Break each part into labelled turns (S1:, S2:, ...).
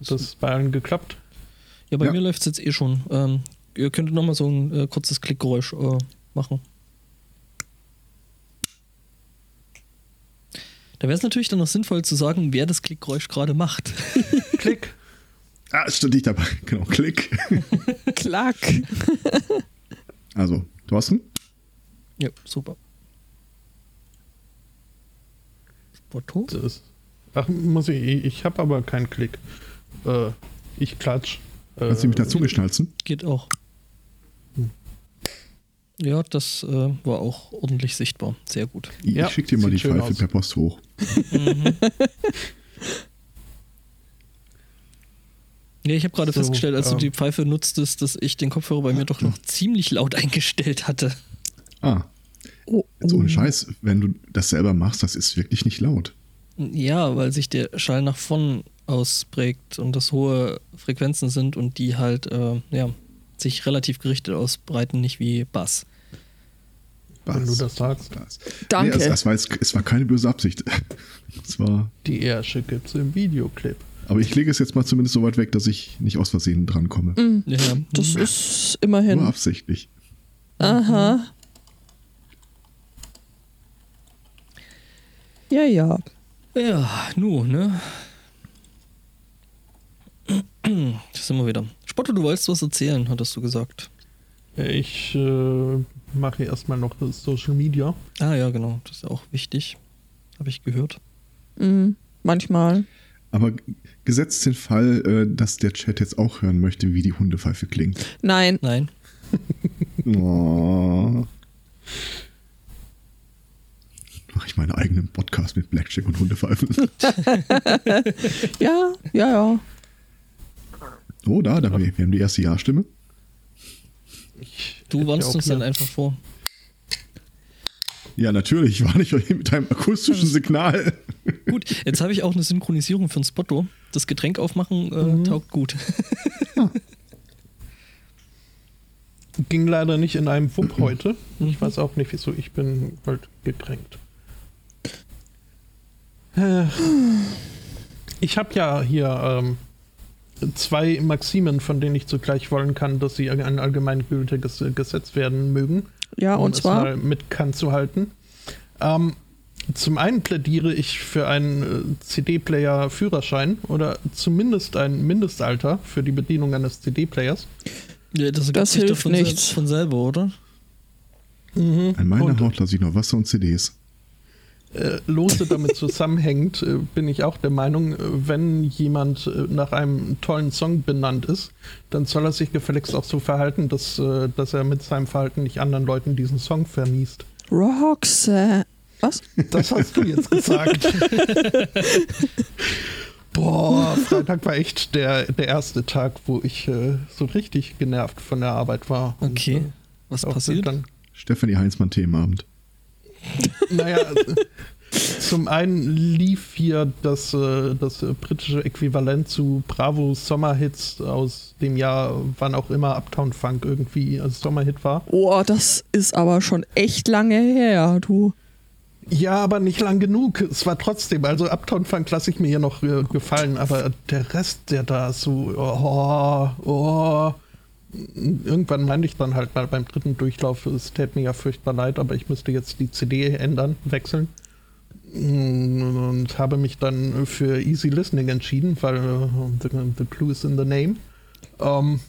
S1: Hat das bei allen geklappt?
S2: Ja, bei
S3: Ja.
S2: mir läuft es jetzt eh schon. Ähm, ihr könntet nochmal so ein äh, kurzes Klickgeräusch äh, machen. Da wäre es natürlich dann noch sinnvoll zu sagen, wer das Klickgeräusch gerade macht.
S1: Klick.
S3: Ah, es stand ich dabei. Genau, Klick.
S4: Klack.
S3: Also, du hast ihn?
S2: ja, super. Spotto?
S1: Das ist- Ach, muss ich. Ich habe aber keinen Klick. Äh, ich klatsch. Äh,
S3: Hast du mich dazu geschnalzen?
S2: Geht auch.
S1: Hm.
S2: Ja, das äh, war auch ordentlich sichtbar. Sehr gut.
S3: Ich
S1: Ja,
S3: schick dir mal
S1: sieht
S3: die
S1: schön
S3: Pfeife
S1: aus.
S3: per Post hoch.
S2: Ja, ich habe gerade
S1: So,
S2: festgestellt, als
S1: ähm.
S2: du die Pfeife nutztest, dass ich den Kopfhörer bei mir doch noch ziemlich laut eingestellt hatte.
S3: Ah,
S4: Oh,
S3: jetzt ohne
S4: oh.
S3: Scheiß, wenn du das selber machst, das ist wirklich nicht laut.
S2: Ja, weil sich der Schall nach vorn ausprägt und das hohe Frequenzen sind und die halt äh, ja, sich relativ gerichtet ausbreiten, nicht wie Bass.
S1: Wenn du
S3: Was?
S1: das sagst.
S3: Das.
S4: Danke.
S3: Nee, es, es, war jetzt, es war keine böse Absicht. Es war,
S1: Die Ärsche gibt's im Videoclip.
S3: aber ich lege es jetzt mal zumindest so weit weg, dass ich nicht aus Versehen drankomme.
S1: Mhm.
S4: Mm,
S2: Ja, Mhm.
S4: das ist immerhin.
S3: Nur absichtlich.
S4: Aha. Ja, ja.
S2: ja nu, ne? Das sind wir wieder. Spotto, du wolltest was erzählen, hattest du gesagt.
S1: Ich äh, mache erstmal noch das Social Media.
S2: Ah ja, genau, das ist auch wichtig. Habe ich gehört.
S4: Mm, manchmal.
S3: Aber g- gesetzt den Fall, äh, dass der Chat jetzt auch hören möchte, wie die Hundepfeife klingt.
S4: Nein.
S2: Nein.
S3: Oh. Mache ich meinen eigenen Podcast mit Blackjack und Hundepfeifen.
S4: Ja, ja, ja.
S3: Oh, da, da wir, wir haben die erste Ja-Stimme.
S1: Ich
S2: Du
S1: hätte
S2: warnst
S1: auch
S2: uns
S1: hier-
S2: dann einfach vor.
S3: Ja, natürlich, war nicht mit einem akustischen Signal.
S2: Gut, jetzt habe ich auch eine Synchronisierung für ein Spotto. Das Getränk aufmachen äh, taugt gut.
S1: Ging leider nicht in einem Wupp heute. Ich weiß auch nicht, wieso. Ich bin halt gekränkt. Äh, Ich habe ja hier ähm, zwei Maximen, von denen ich zugleich wollen kann, dass sie ein allgemeingültiges äh, Gesetz werden mögen.
S4: Ja,
S1: um
S4: und
S1: es
S4: zwar.
S1: mal mit kann zu halten. Ähm, zum einen plädiere ich für einen äh, CD-Player-Führerschein oder zumindest ein Mindestalter für die Bedienung eines CD-Players.
S2: Ja, das ergibt
S4: Das
S2: sich doch
S4: hilft
S2: von sel-
S4: nichts.
S2: von selber, oder?
S3: An meiner
S1: Und-
S3: Haut lasse ich noch Wasser und CDs.
S1: äh, lose damit zusammenhängt, äh, bin ich auch der Meinung, äh, wenn jemand äh, nach einem tollen Song benannt ist, dann soll er sich gefälligst auch so verhalten, dass, äh, dass er mit seinem Verhalten nicht anderen Leuten diesen Song vermiest.
S4: Roxanne. äh, Was?
S1: Das hast du jetzt gesagt. Boah, Freitag war echt der, der erste Tag, wo ich äh, so richtig genervt von der Arbeit war. Und,
S2: Okay.
S1: äh,
S2: Was
S1: auch
S2: passiert?
S1: Dann,
S3: Stefanie Heinzmann Themenabend.
S1: Naja, also, zum einen lief hier das, äh, das äh, britische Äquivalent zu Bravo Sommerhits aus dem Jahr, wann auch immer Uptown Funk irgendwie als Sommerhit war.
S4: Oh, das ist aber schon echt lange her, du.
S1: Ja, aber nicht lang genug. Es war trotzdem, also Uptown Funk lasse ich mir hier noch äh, gefallen, aber der Rest, der da so, oh, oh. Irgendwann meinte ich dann halt mal beim dritten Durchlauf, es täte mir ja furchtbar leid, aber ich müsste jetzt die CD ändern, wechseln. Mm, Und habe mich dann für Easy Listening entschieden, weil äh, the, the Clue is in the name. Ähm,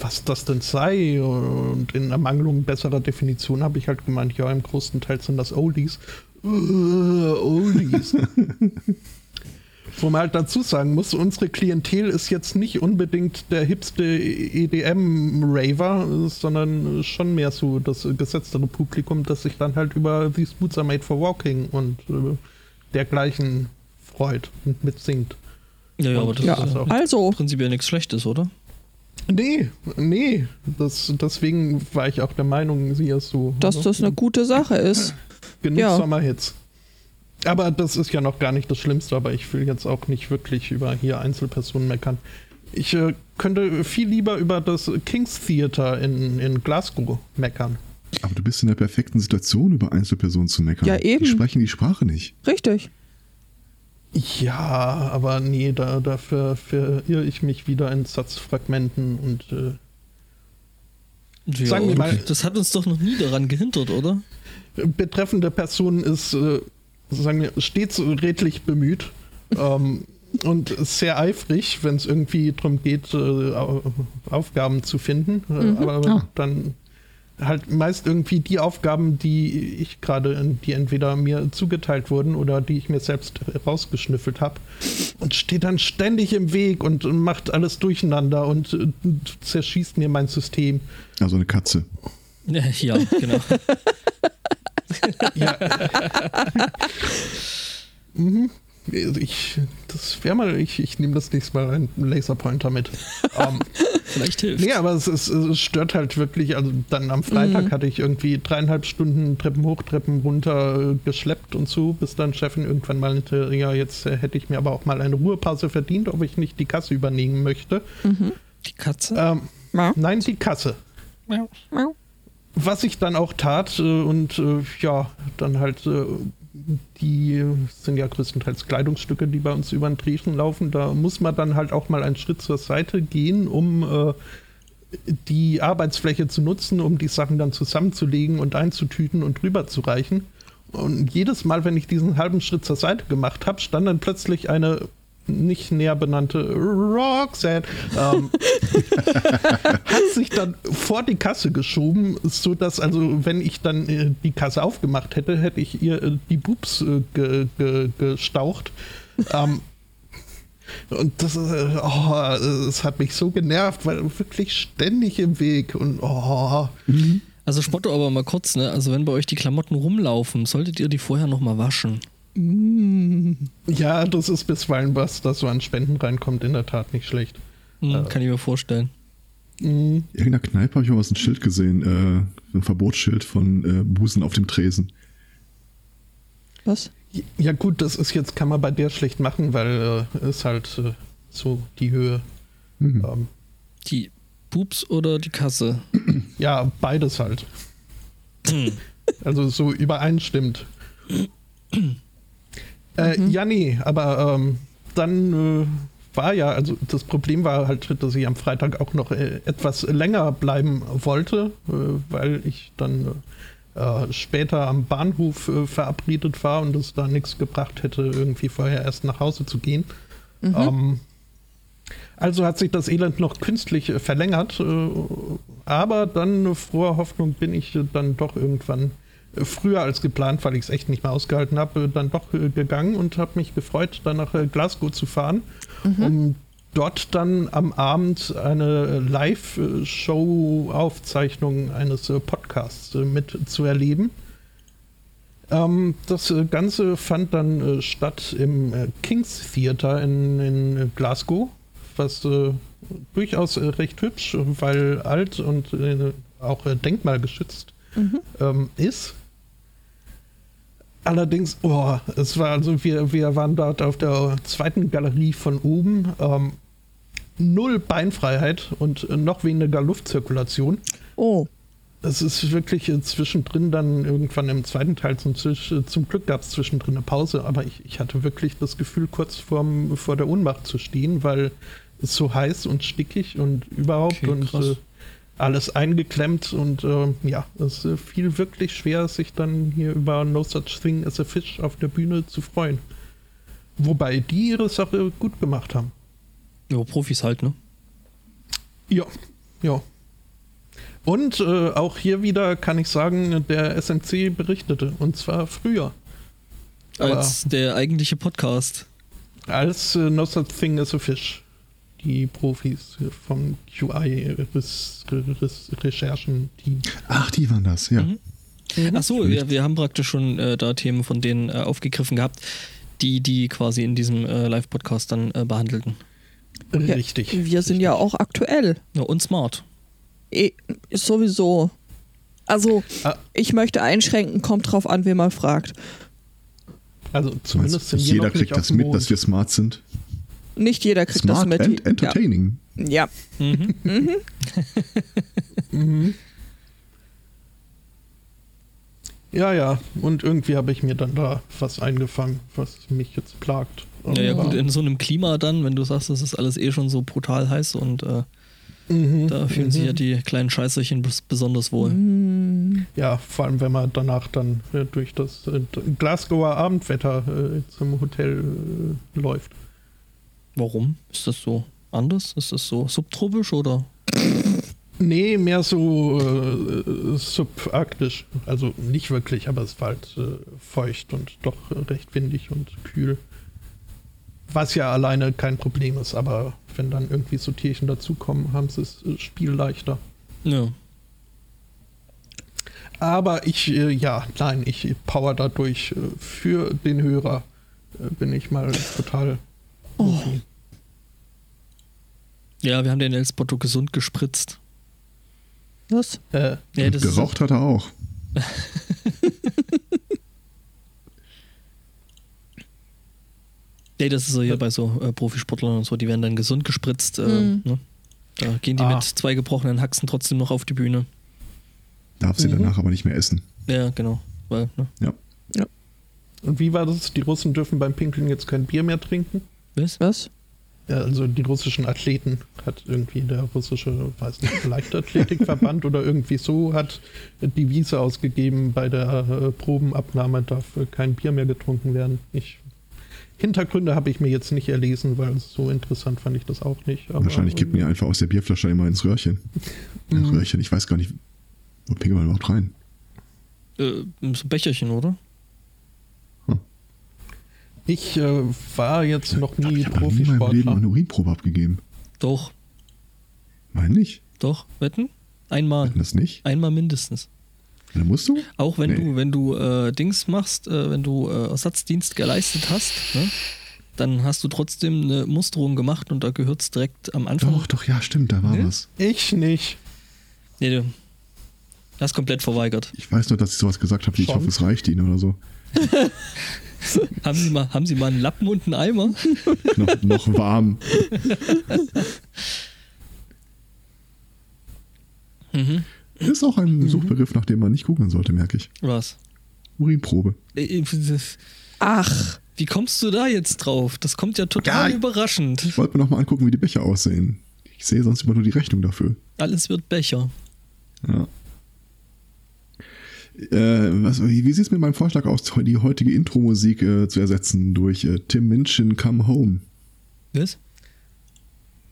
S1: was das denn sei. Und in Ermangelung besserer Definition habe ich halt gemeint, ja, im größten Teil sind das Oldies. Äh, Oldies. Wo man halt dazu sagen muss, unsere Klientel ist jetzt nicht unbedingt der hipste EDM-Raver, sondern schon mehr so das gesetztere Publikum, das sich dann halt über These Boots are made for walking und äh, dergleichen freut und mitsingt.
S2: Ja, ja, aber das
S4: Ja,
S2: ist ja
S4: also.
S2: prinzipiell nichts Schlechtes, oder?
S1: Nee, nee. Das, deswegen war ich auch der Meinung, sie ist so.
S4: dass
S1: ne?
S4: das eine gute Sache ist.
S1: Genug
S4: ja.
S1: Sommerhits. Aber das ist ja noch gar nicht das Schlimmste, aber ich will jetzt auch nicht wirklich über hier Einzelpersonen meckern. Ich äh, könnte viel lieber über das King's Theater in, in Glasgow meckern.
S3: Aber du bist in der perfekten Situation, über Einzelpersonen zu meckern.
S4: Ja, eben.
S3: Die sprechen die Sprache nicht.
S4: Richtig.
S1: Ja, aber nee, da, da ver, verirre ich mich wieder in Satzfragmenten und äh,
S2: Ja,
S1: Sagen wir
S2: und
S1: mal-
S2: das hat uns doch noch nie daran gehindert, oder?
S1: betreffende Person ist, äh, sagen wir, stets redlich bemüht ähm, und ist sehr eifrig, wenn es irgendwie darum geht, äh, Au- Aufgaben zu finden. Äh,
S4: Mhm.
S1: Aber
S3: Ah.
S1: dann halt meist irgendwie die Aufgaben, die ich gerade, die entweder mir zugeteilt wurden oder die ich mir selbst rausgeschnüffelt habe. Und steht dann ständig im Weg und macht alles durcheinander und äh, zerschießt mir mein System.
S3: Also eine Katze.
S2: Ja, ja genau.
S1: Ja. mhm. Ich, das wäre mal, ich, ich nehme das nächste Mal einen Laserpointer mit. Ähm,
S2: Vielleicht hilft.
S1: nee, aber es, es, es stört halt wirklich. Also dann am Freitag
S4: Mhm.
S1: hatte ich irgendwie dreieinhalb Stunden Treppen hoch, Treppen runter äh, geschleppt und so, bis dann Chefin irgendwann meinte, ja, jetzt äh, hätte ich mir aber auch mal eine Ruhepause verdient, ob ich nicht die Kasse übernehmen möchte.
S2: Die Katze?
S1: Ähm,
S4: Mau,
S1: nein, die Kasse.
S2: Miau.
S4: mau.
S1: was ich dann auch tat äh, und äh, ja, dann halt, äh, die sind ja größtenteils Kleidungsstücke, die bei uns über den Tresen laufen. Da muss man dann halt auch mal einen Schritt zur Seite gehen, um äh, die Arbeitsfläche zu nutzen, um die Sachen dann zusammenzulegen und einzutüten und rüberzureichen. Und jedes Mal, wenn ich diesen halben Schritt zur Seite gemacht habe, stand dann plötzlich eine nicht näher benannte Roxanne ähm, hat sich dann vor die Kasse geschoben, so dass also wenn ich dann äh, die Kasse aufgemacht hätte, hätte ich ihr äh, die Bubs äh, ge, ge, gestaucht. Ähm, und das, äh, oh, es hat mich so genervt, weil wirklich ständig im Weg und oh,
S2: Also Spotto aber mal kurz, ne? Also wenn bei euch die Klamotten rumlaufen, solltet ihr die vorher nochmal waschen.
S1: ja, das ist bisweilen was, das so an Spenden reinkommt, in der Tat nicht schlecht.
S2: Hm,
S1: Ja.
S2: Kann ich mir vorstellen.
S1: Mhm.
S3: In irgendeiner Kneipe habe ich mal was ein Schild gesehen, äh, ein Verbotsschild von äh, Busen auf dem Tresen.
S4: Was?
S1: Ja gut, das ist jetzt, kann man bei der schlecht machen, weil äh, ist halt äh, so die Höhe.
S3: Mhm.
S1: Ähm,
S2: Die Pups oder die Kasse?
S1: ja, beides halt.
S2: Hm.
S1: Also so übereinstimmt. äh, Ja, nee, aber ähm, dann äh, war ja, also das Problem war halt, dass ich am Freitag auch noch äh, etwas länger bleiben wollte, äh, weil ich dann äh, später am Bahnhof äh, verabredet war und es da nichts gebracht hätte, irgendwie vorher erst nach Hause zu gehen. Ähm, also hat sich das Elend noch künstlich äh, verlängert, äh, aber dann froher Hoffnung bin ich äh, dann doch irgendwann äh, früher als geplant, weil ich es echt nicht mehr ausgehalten habe, äh, dann doch äh, gegangen und habe mich gefreut, dann nach äh, Glasgow zu fahren, um dort dann am Abend eine Live-Show-Aufzeichnung eines äh, Podcasts äh, mit zu erleben. Ähm, das äh, Ganze fand dann äh, statt im äh, King's Theater in, in äh, Glasgow, was äh, durchaus äh, recht hübsch, weil alt und äh, auch äh, denkmalgeschützt ähm, ist. Allerdings, oh, es war also, wir, wir waren dort auf der zweiten Galerie von oben. Ähm, null Beinfreiheit und äh, noch weniger Luftzirkulation.
S4: Oh.
S1: Es ist wirklich äh, zwischendrin dann irgendwann im zweiten Teil zum, Zisch- äh, zum Glück gab es zwischendrin eine Pause, aber ich, ich hatte wirklich das Gefühl, kurz vorm, vor der Ohnmacht zu stehen, weil es so heiß und stickig und überhaupt
S2: Okay,
S1: und
S2: krass.
S1: äh, alles eingeklemmt und äh, ja, es äh, fiel wirklich schwer, sich dann hier über No Such Thing as a Fish auf der Bühne zu freuen. Wobei die ihre Sache gut gemacht haben.
S2: Ja, Profis halt, ne?
S1: Ja, ja. Und äh, auch hier wieder kann ich sagen, der SMC berichtete, und zwar früher, Aber-
S2: Als der eigentliche Podcast.
S1: als äh, No Such Thing as a Fish. Die Profis vom QI-Recherchen-Team.
S3: Ach, die waren das, ja.
S2: Mhm. Ach so, wir, wir haben praktisch schon äh, da Themen von denen äh, aufgegriffen gehabt, die die quasi in diesem äh, Live-Podcast dann äh, behandelten.
S4: Ja,
S1: Richtig.
S4: Wir sind ja auch aktuell.
S2: Ja, und smart.
S4: Eh, sowieso. Also,
S1: Ah.
S4: ich möchte einschränken, kommt drauf an, wen man fragt.
S1: Also zumindest sind
S3: Meinst du,
S1: wir
S3: jeder
S1: noch nicht
S3: kriegt
S1: auf
S3: das
S1: dem
S3: mit,
S1: Mond.
S3: dass wir smart sind.
S4: Nicht jeder kriegt
S3: smart
S4: das mit.
S3: and entertaining.
S4: Ja.
S2: Mhm.
S1: Mhm. Ja, ja. Und irgendwie habe ich mir dann da was eingefangen, was mich jetzt plagt.
S2: Ja, ja,
S1: Aber-
S2: gut, in so einem Klima dann, wenn du sagst, das ist alles eh schon so brutal heiß und äh,
S1: Mhm,
S2: da fühlen
S1: mhm.
S2: sich ja die kleinen Scheißerchen bes- besonders wohl.
S4: Mm.
S1: Ja, vor allem, wenn man danach dann äh, durch das äh, Glasgower Abendwetter äh, zum Hotel äh, läuft.
S2: Warum? Ist das so anders? Ist das so subtropisch oder?
S1: Nee, mehr so äh, äh, subarktisch. Also nicht wirklich, aber es war halt äh, feucht und doch äh, recht windig und kühl. Was ja alleine kein Problem ist, aber wenn dann irgendwie so Tierchen dazukommen, haben sie das äh, Spiel leichter.
S2: Ja.
S1: Aber ich, äh, ja, nein, ich power dadurch. äh, Für den Hörer äh, bin ich mal total.
S4: Oh.
S1: happy.
S2: Ja, wir haben den El Spotto gesund gespritzt.
S4: Was?
S1: Äh,
S2: Ja, das ist,
S3: Geraucht hat er auch.
S2: nee, das ist so hier bei so äh, Profisportlern und so, die werden dann gesund gespritzt. Äh,
S4: Mhm.
S2: ne? Da gehen die
S1: Ah.
S2: mit zwei gebrochenen Haxen trotzdem noch auf die Bühne.
S3: Darf sie
S1: Mhm.
S3: danach aber nicht mehr essen.
S2: Ja, genau. Weil, ne?
S1: und wie war das? Die Russen dürfen beim Pinkeln jetzt kein Bier mehr trinken?
S2: Was?
S4: Was?
S1: Ja, also die russischen Athleten hat irgendwie der russische, weiß nicht, Leichtathletikverband oder irgendwie so, hat die Wiese ausgegeben, bei der äh, Probenabnahme darf äh, kein Bier mehr getrunken werden. Ich, Hintergründe habe ich mir jetzt nicht erlesen, weil so interessant fand ich das auch nicht. aber-
S3: Wahrscheinlich gibt man ja einfach aus der Bierflasche immer ins Röhrchen.
S1: Mhm.
S3: Röhrchen, ich weiß gar nicht, wo pinkelt man überhaupt rein?
S2: Äh, so ein Becherchen, oder?
S1: Ich äh, war jetzt noch
S3: Hab
S1: nie
S3: ich aber nie in meinem Leben
S1: Profisportler.
S3: eine Urinprobe abgegeben.
S2: Doch,
S3: Mein nicht?
S2: doch. Wetten? Einmal.
S3: Wenn das nicht?
S2: Einmal mindestens.
S3: Dann musst du?
S2: Auch wenn
S3: Nee.
S2: du, wenn du äh, Dings machst, äh, wenn du äh, Ersatzdienst geleistet hast, ne, dann hast du trotzdem eine Musterung gemacht und da gehört es direkt am Anfang.
S3: Doch, doch, ja, stimmt, da war
S2: Nee?
S3: was.
S1: Ich nicht.
S2: Nee, du hast komplett verweigert.
S3: Ich weiß nur, dass ich sowas gesagt habe, wie ich
S1: Schon?
S3: hoffe, es reicht Ihnen oder so.
S2: Haben Sie mal, haben Sie mal einen Lappen und einen Eimer?
S3: Noch, noch warm.
S2: Mhm.
S3: Ist auch ein Suchbegriff, nach dem man nicht googeln sollte, merke ich.
S2: Was?
S3: Urinprobe.
S2: Äh, Wie
S4: Ach,
S2: kommst du da jetzt drauf? Das kommt ja total
S3: Ja, Ich
S2: überraschend.
S3: wollte mir nochmal angucken, wie die Becher aussehen. Ich sehe sonst immer nur die Rechnung dafür.
S2: Alles wird Becher.
S3: Ja. Äh, was, wie sieht es mit meinem Vorschlag aus, die heutige Intro-Musik äh, zu ersetzen durch äh, Tim Minchin Come Home?
S2: Was?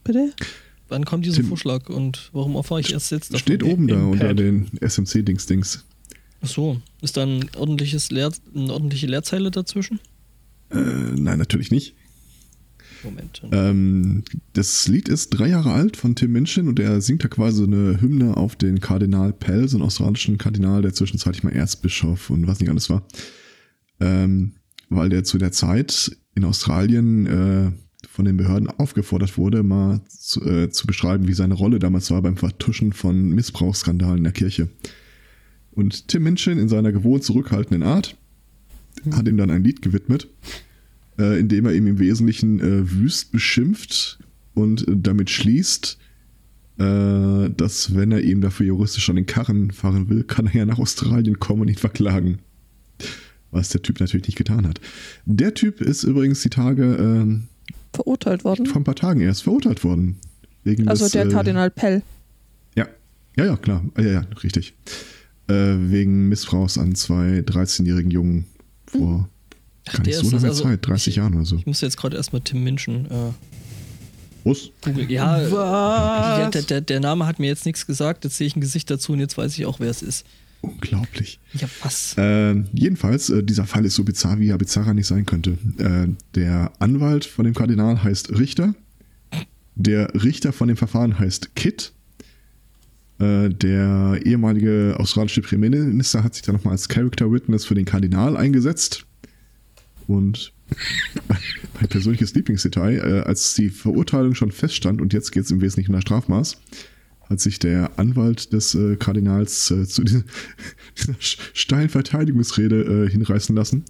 S4: bitte?
S2: Wann kommt dieser
S3: Tim-
S2: Vorschlag und warum erfahre ich erst jetzt davon?
S3: Steht oben da
S1: Im
S3: unter
S1: Pad.
S3: den SMC-Dings-Dings.
S2: Ach so, ist da ein ordentliches Leer, eine ordentliche Leerzeile dazwischen?
S3: Äh, nein, natürlich nicht.
S2: Moment.
S3: Ähm, das Lied ist drei Jahre alt von Tim Minchin und er singt da quasi so eine Hymne auf den Kardinal Pell, so einen australischen Kardinal, der zwischenzeitlich mal Erzbischof und was nicht alles war. Ähm, weil der zu der Zeit in Australien äh, von den Behörden aufgefordert wurde, mal zu, äh, zu beschreiben, wie seine Rolle damals war beim Vertuschen von Missbrauchsskandalen in der Kirche. Und Tim Minchin in seiner gewohnt zurückhaltenden Art hat ihm dann ein Lied gewidmet äh, indem er ihm im Wesentlichen äh, wüst beschimpft und äh, damit schließt, äh, dass wenn er ihm dafür juristisch an den Karren fahren will, kann er ja nach Australien kommen und ihn verklagen. Was der Typ natürlich nicht getan hat. Der Typ ist übrigens die Tage, ähm,
S4: Verurteilt worden?
S3: vor ein paar Tagen erst verurteilt worden. Wegen
S4: Also
S3: des,
S4: der
S3: äh,
S4: Kardinal Pell.
S3: Ja, ja, ja, klar. Ja, ja, richtig. Äh, wegen Missbrauchs an zwei 13-jährigen Jungen vor
S2: Hm? Ach,
S3: gar
S2: der
S3: nicht so
S2: ist das,
S3: langer
S2: also-
S3: Zeit, 30 Jahren oder so.
S2: Ich muss jetzt gerade erstmal Tim Minchin äh,
S3: Prost.
S2: googeln. Ja, der, der,
S1: Was?
S2: der, der Name hat mir jetzt nichts gesagt, jetzt sehe ich ein Gesicht dazu und jetzt weiß ich auch, wer es ist.
S3: Unglaublich.
S2: Ja, was?
S3: Ähm, jedenfalls, äh, dieser Fall ist so bizarr, wie er bizarrer nicht sein könnte. Äh, der Anwalt von dem Kardinal heißt Richter. Der Richter von dem Verfahren heißt Kitt. Äh, der ehemalige australische Premierminister hat sich dann nochmal als Character Witness für den Kardinal eingesetzt. Und mein persönliches Lieblingsdetail, äh, als die Verurteilung schon feststand, und jetzt geht es im Wesentlichen nach Strafmaß, hat sich der Anwalt des äh, Kardinals äh, zu dieser, dieser sch- steilen Verteidigungsrede äh, hinreißen lassen.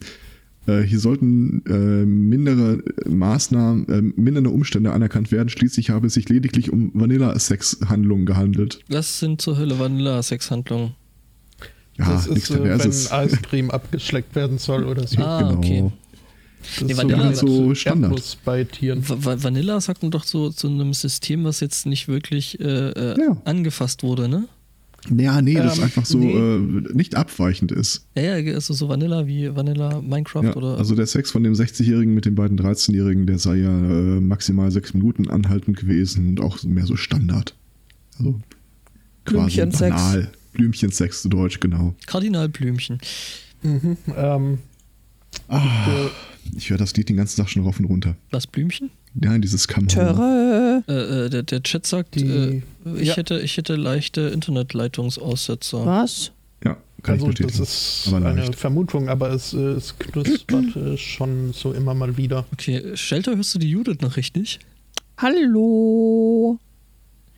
S3: Äh, hier sollten äh, mindere Maßnahmen, äh, mindere Umstände anerkannt werden. Schließlich habe es sich lediglich um Vanilla-Sex-Handlungen gehandelt.
S2: Was sind zur Hölle Vanilla-Sexhandlungen?
S3: Ja,
S1: das
S3: nichts
S1: ist, äh,
S3: Perverses.
S1: wenn Eiscreme abgeschleckt werden soll oder so.
S2: Ah,
S3: genau.
S2: okay.
S1: Das
S2: nee,
S1: ist
S2: Vanilla
S1: wie
S2: sagt
S3: halt so Standard.
S1: Erdnuss bei Tieren.
S2: Va- Va- Vanilla sagt man doch so zu einem System, was jetzt nicht wirklich äh, äh,
S3: Ja.
S2: angefasst wurde, ne?
S3: Ja, nee, das
S1: Ähm,
S3: einfach so
S1: nee.
S3: äh, nicht abweichend ist.
S2: Ja, ja, also so Vanilla wie Vanilla Minecraft
S3: Ja,
S2: oder.
S3: also der Sex von dem 60-Jährigen mit den beiden 13-Jährigen, der sei ja äh, maximal sechs Minuten anhaltend gewesen und auch mehr so Standard. Also quasi
S4: Blümchensex.
S3: banal. Blümchensex zu Deutsch, genau.
S2: Kardinalblümchen.
S1: Mhm, ähm,
S3: Ah,
S1: äh,
S3: ich höre das Lied den ganzen Tag schon rauf und runter.
S2: Das Blümchen?
S3: Ja, dieses Kamm.
S4: Töre.
S2: Äh, äh, der, der Chat sagt,
S1: Die-
S2: äh, ich,
S1: ja.
S2: hätte, ich hätte leichte Internetleitungsaussetzer.
S4: Was?
S3: Ja, kann
S1: also
S3: ich
S1: das
S3: bestätigen.
S1: ist
S3: Aber
S1: eine
S3: leicht.
S1: Vermutung, aber es, äh, es knuspert äh, schon so immer mal wieder.
S2: Okay, Shelter, hörst du die Judith noch richtig?
S4: Hallo.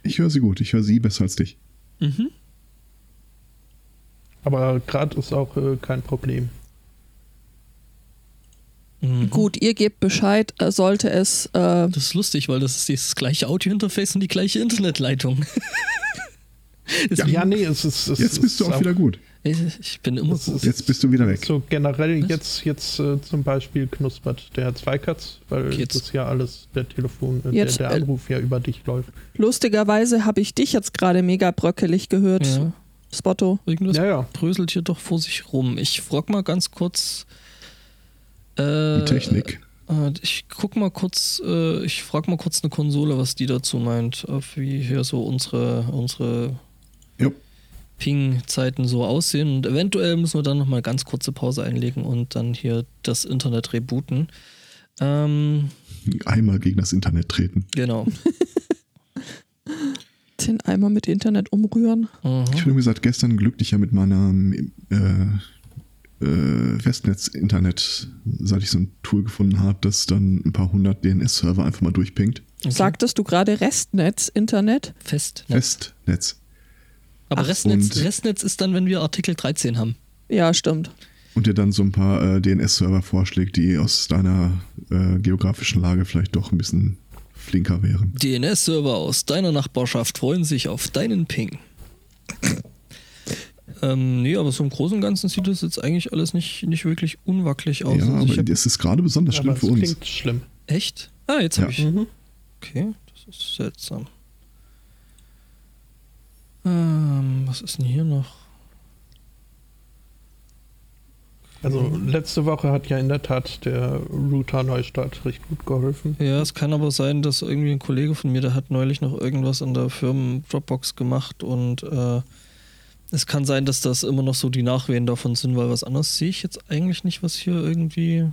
S3: Ich höre sie gut, ich höre sie besser als dich.
S2: Mhm.
S1: Aber gerade ist auch äh, kein Problem.
S2: mhm.
S4: Gut, ihr gebt Bescheid, äh, sollte es. Äh,
S2: Das ist lustig, weil das ist dieses gleiche Audio-Interface und die gleiche Internetleitung.
S1: Ja, nee, es ist. Es
S3: Jetzt
S1: ist
S3: bist du auch wieder gut.
S2: Ich bin immer
S1: Es
S2: so.
S1: ist
S3: Jetzt bist du wieder weg.
S1: so generell
S2: Was?
S1: jetzt, jetzt äh, zum Beispiel knuspert der Zweikatz, weil
S2: Okay, jetzt-
S1: das ja alles der Telefon, äh,
S4: Jetzt,
S1: der,
S4: äh,
S1: der Anruf ja über dich läuft.
S4: lustigerweise habe ich dich jetzt gerade mega bröckelig gehört.
S2: Ja,
S4: Spotto.
S2: irgendwas
S1: ja, ja.
S2: bröselt hier doch vor sich rum. Ich frag mal ganz kurz. Äh,
S3: Die Technik.
S2: Äh, ich guck mal kurz, äh, ich frag mal kurz eine Konsole, was die dazu meint, ob wie hier so unsere, unsere
S3: Jo.
S2: Ping-Zeiten so aussehen. Und eventuell müssen wir dann nochmal ganz kurze Pause einlegen und dann hier das Internet rebooten. Ähm,
S3: Einmal gegen das Internet treten.
S2: genau.
S4: Den Eimer mit Internet umrühren.
S2: Mhm.
S1: Oh.
S3: Ich bin, wie gesagt, gestern glücklicher mit meinem äh, äh, Festnetz-Internet, seit ich so ein Tool gefunden habe, das dann ein paar hundert DNS-Server einfach mal durchpingt.
S2: Okay.
S4: Sagtest du gerade Restnetz, Internet?
S2: Festnetz.
S3: Festnetz.
S2: Aber
S4: Ach,
S2: Restnetz,
S3: und-
S2: Restnetz ist dann, wenn wir Artikel 13 haben.
S4: Ja, stimmt.
S3: Und dir dann so ein paar äh, DNS-Server vorschlägt, die aus deiner äh, geografischen Lage vielleicht doch ein bisschen flinker wären.
S2: DNS-Server aus deiner Nachbarschaft freuen sich auf deinen Ping. ähm, nee, aber so im Großen und Ganzen sieht das jetzt eigentlich alles nicht, nicht wirklich unwackelig aus.
S3: ja,
S2: Also ich
S3: aber
S2: hab,
S3: es ist gerade besonders
S1: aber
S3: schlimm
S1: es
S3: für uns.
S1: klingt schlimm.
S2: echt? Ah, jetzt
S3: Ja.
S2: habe ich.
S1: Mhm.
S2: Okay, das ist seltsam. Ähm, was ist denn hier noch?
S1: Also letzte Woche hat ja in der Tat der Router Neustart recht gut geholfen.
S2: Ja, es kann aber sein, dass irgendwie ein Kollege von mir, der hat neulich noch irgendwas an der Firmen-Dropbox gemacht und äh, es kann sein, dass das immer noch so die Nachwehen davon sind, weil was anderes sehe ich jetzt eigentlich nicht, was hier irgendwie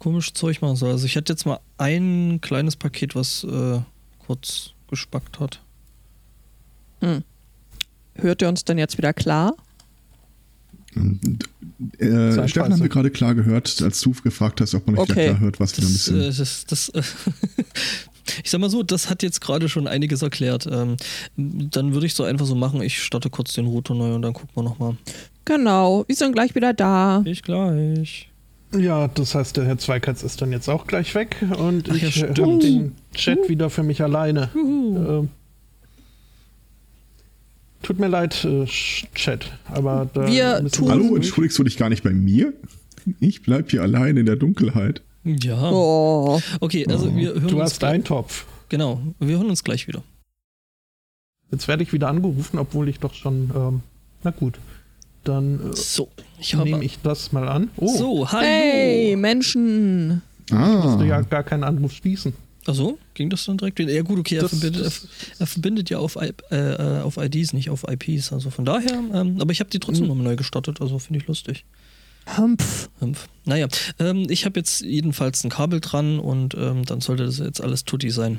S2: komisch Zeug machen soll. Also ich hatte jetzt mal ein kleines Paket, was äh, kurz gespackt hat.
S4: Hört ihr uns denn jetzt wieder klar?
S3: Und,
S1: Sei
S3: äh, Stefan haben
S1: scheiße.
S3: wir gerade klar gehört, als du gefragt hast, ob man euch
S4: Okay.
S3: klar hört, was wir
S2: Das,
S3: ein bisschen.
S2: äh, das, das, äh, ich sag mal so, das hat jetzt gerade schon einiges erklärt. Ähm, dann würde ich so einfach so machen, ich starte kurz den Router neu und dann gucken wir nochmal.
S4: Genau, wir sind gleich wieder da.
S2: Ich gleich.
S1: Ja, das heißt, der Herr Zweikatz ist dann jetzt auch gleich weg und
S2: Ach ja,
S1: ich habe
S2: stimmt.
S1: den Chat wieder für mich alleine. Ähm, tut mir leid, äh, Sch- Chat, aber da
S4: Wir
S1: müssen
S4: tun-
S3: Hallo,
S2: Hm.
S1: durch.
S3: entschuldigst du dich gar nicht bei mir? Ich bleib hier allein in der Dunkelheit.
S2: Ja.
S4: Oh.
S2: Okay, also wir hören
S1: Du
S2: uns
S1: hast
S2: gleich-
S1: einen Topf.
S2: Genau, wir hören uns gleich wieder.
S1: Jetzt werde ich wieder angerufen, obwohl ich doch schon. Ähm, na gut, dann
S2: So, ich
S1: äh,
S2: habe.
S1: nehme ich das mal an. Oh,
S2: So, hallo.
S4: Hey, Menschen.
S1: musst du ja
S3: Ah,
S1: gar keinen Anruf schließen.
S2: Also, ging das dann direkt wieder? Ja, gut, okay, er,
S1: Das-
S2: verbindet,
S1: das-
S2: er, er verbindet ja auf, I- äh, äh, auf IDs, nicht auf IPs. Also von daher, ähm, aber ich habe die
S1: Hm.
S2: trotzdem nochmal neu gestartet, also finde ich lustig.
S4: Humpf.
S2: Hümpf. Naja, ähm, ich habe jetzt jedenfalls ein Kabel dran und ähm, dann sollte das jetzt alles tutti sein.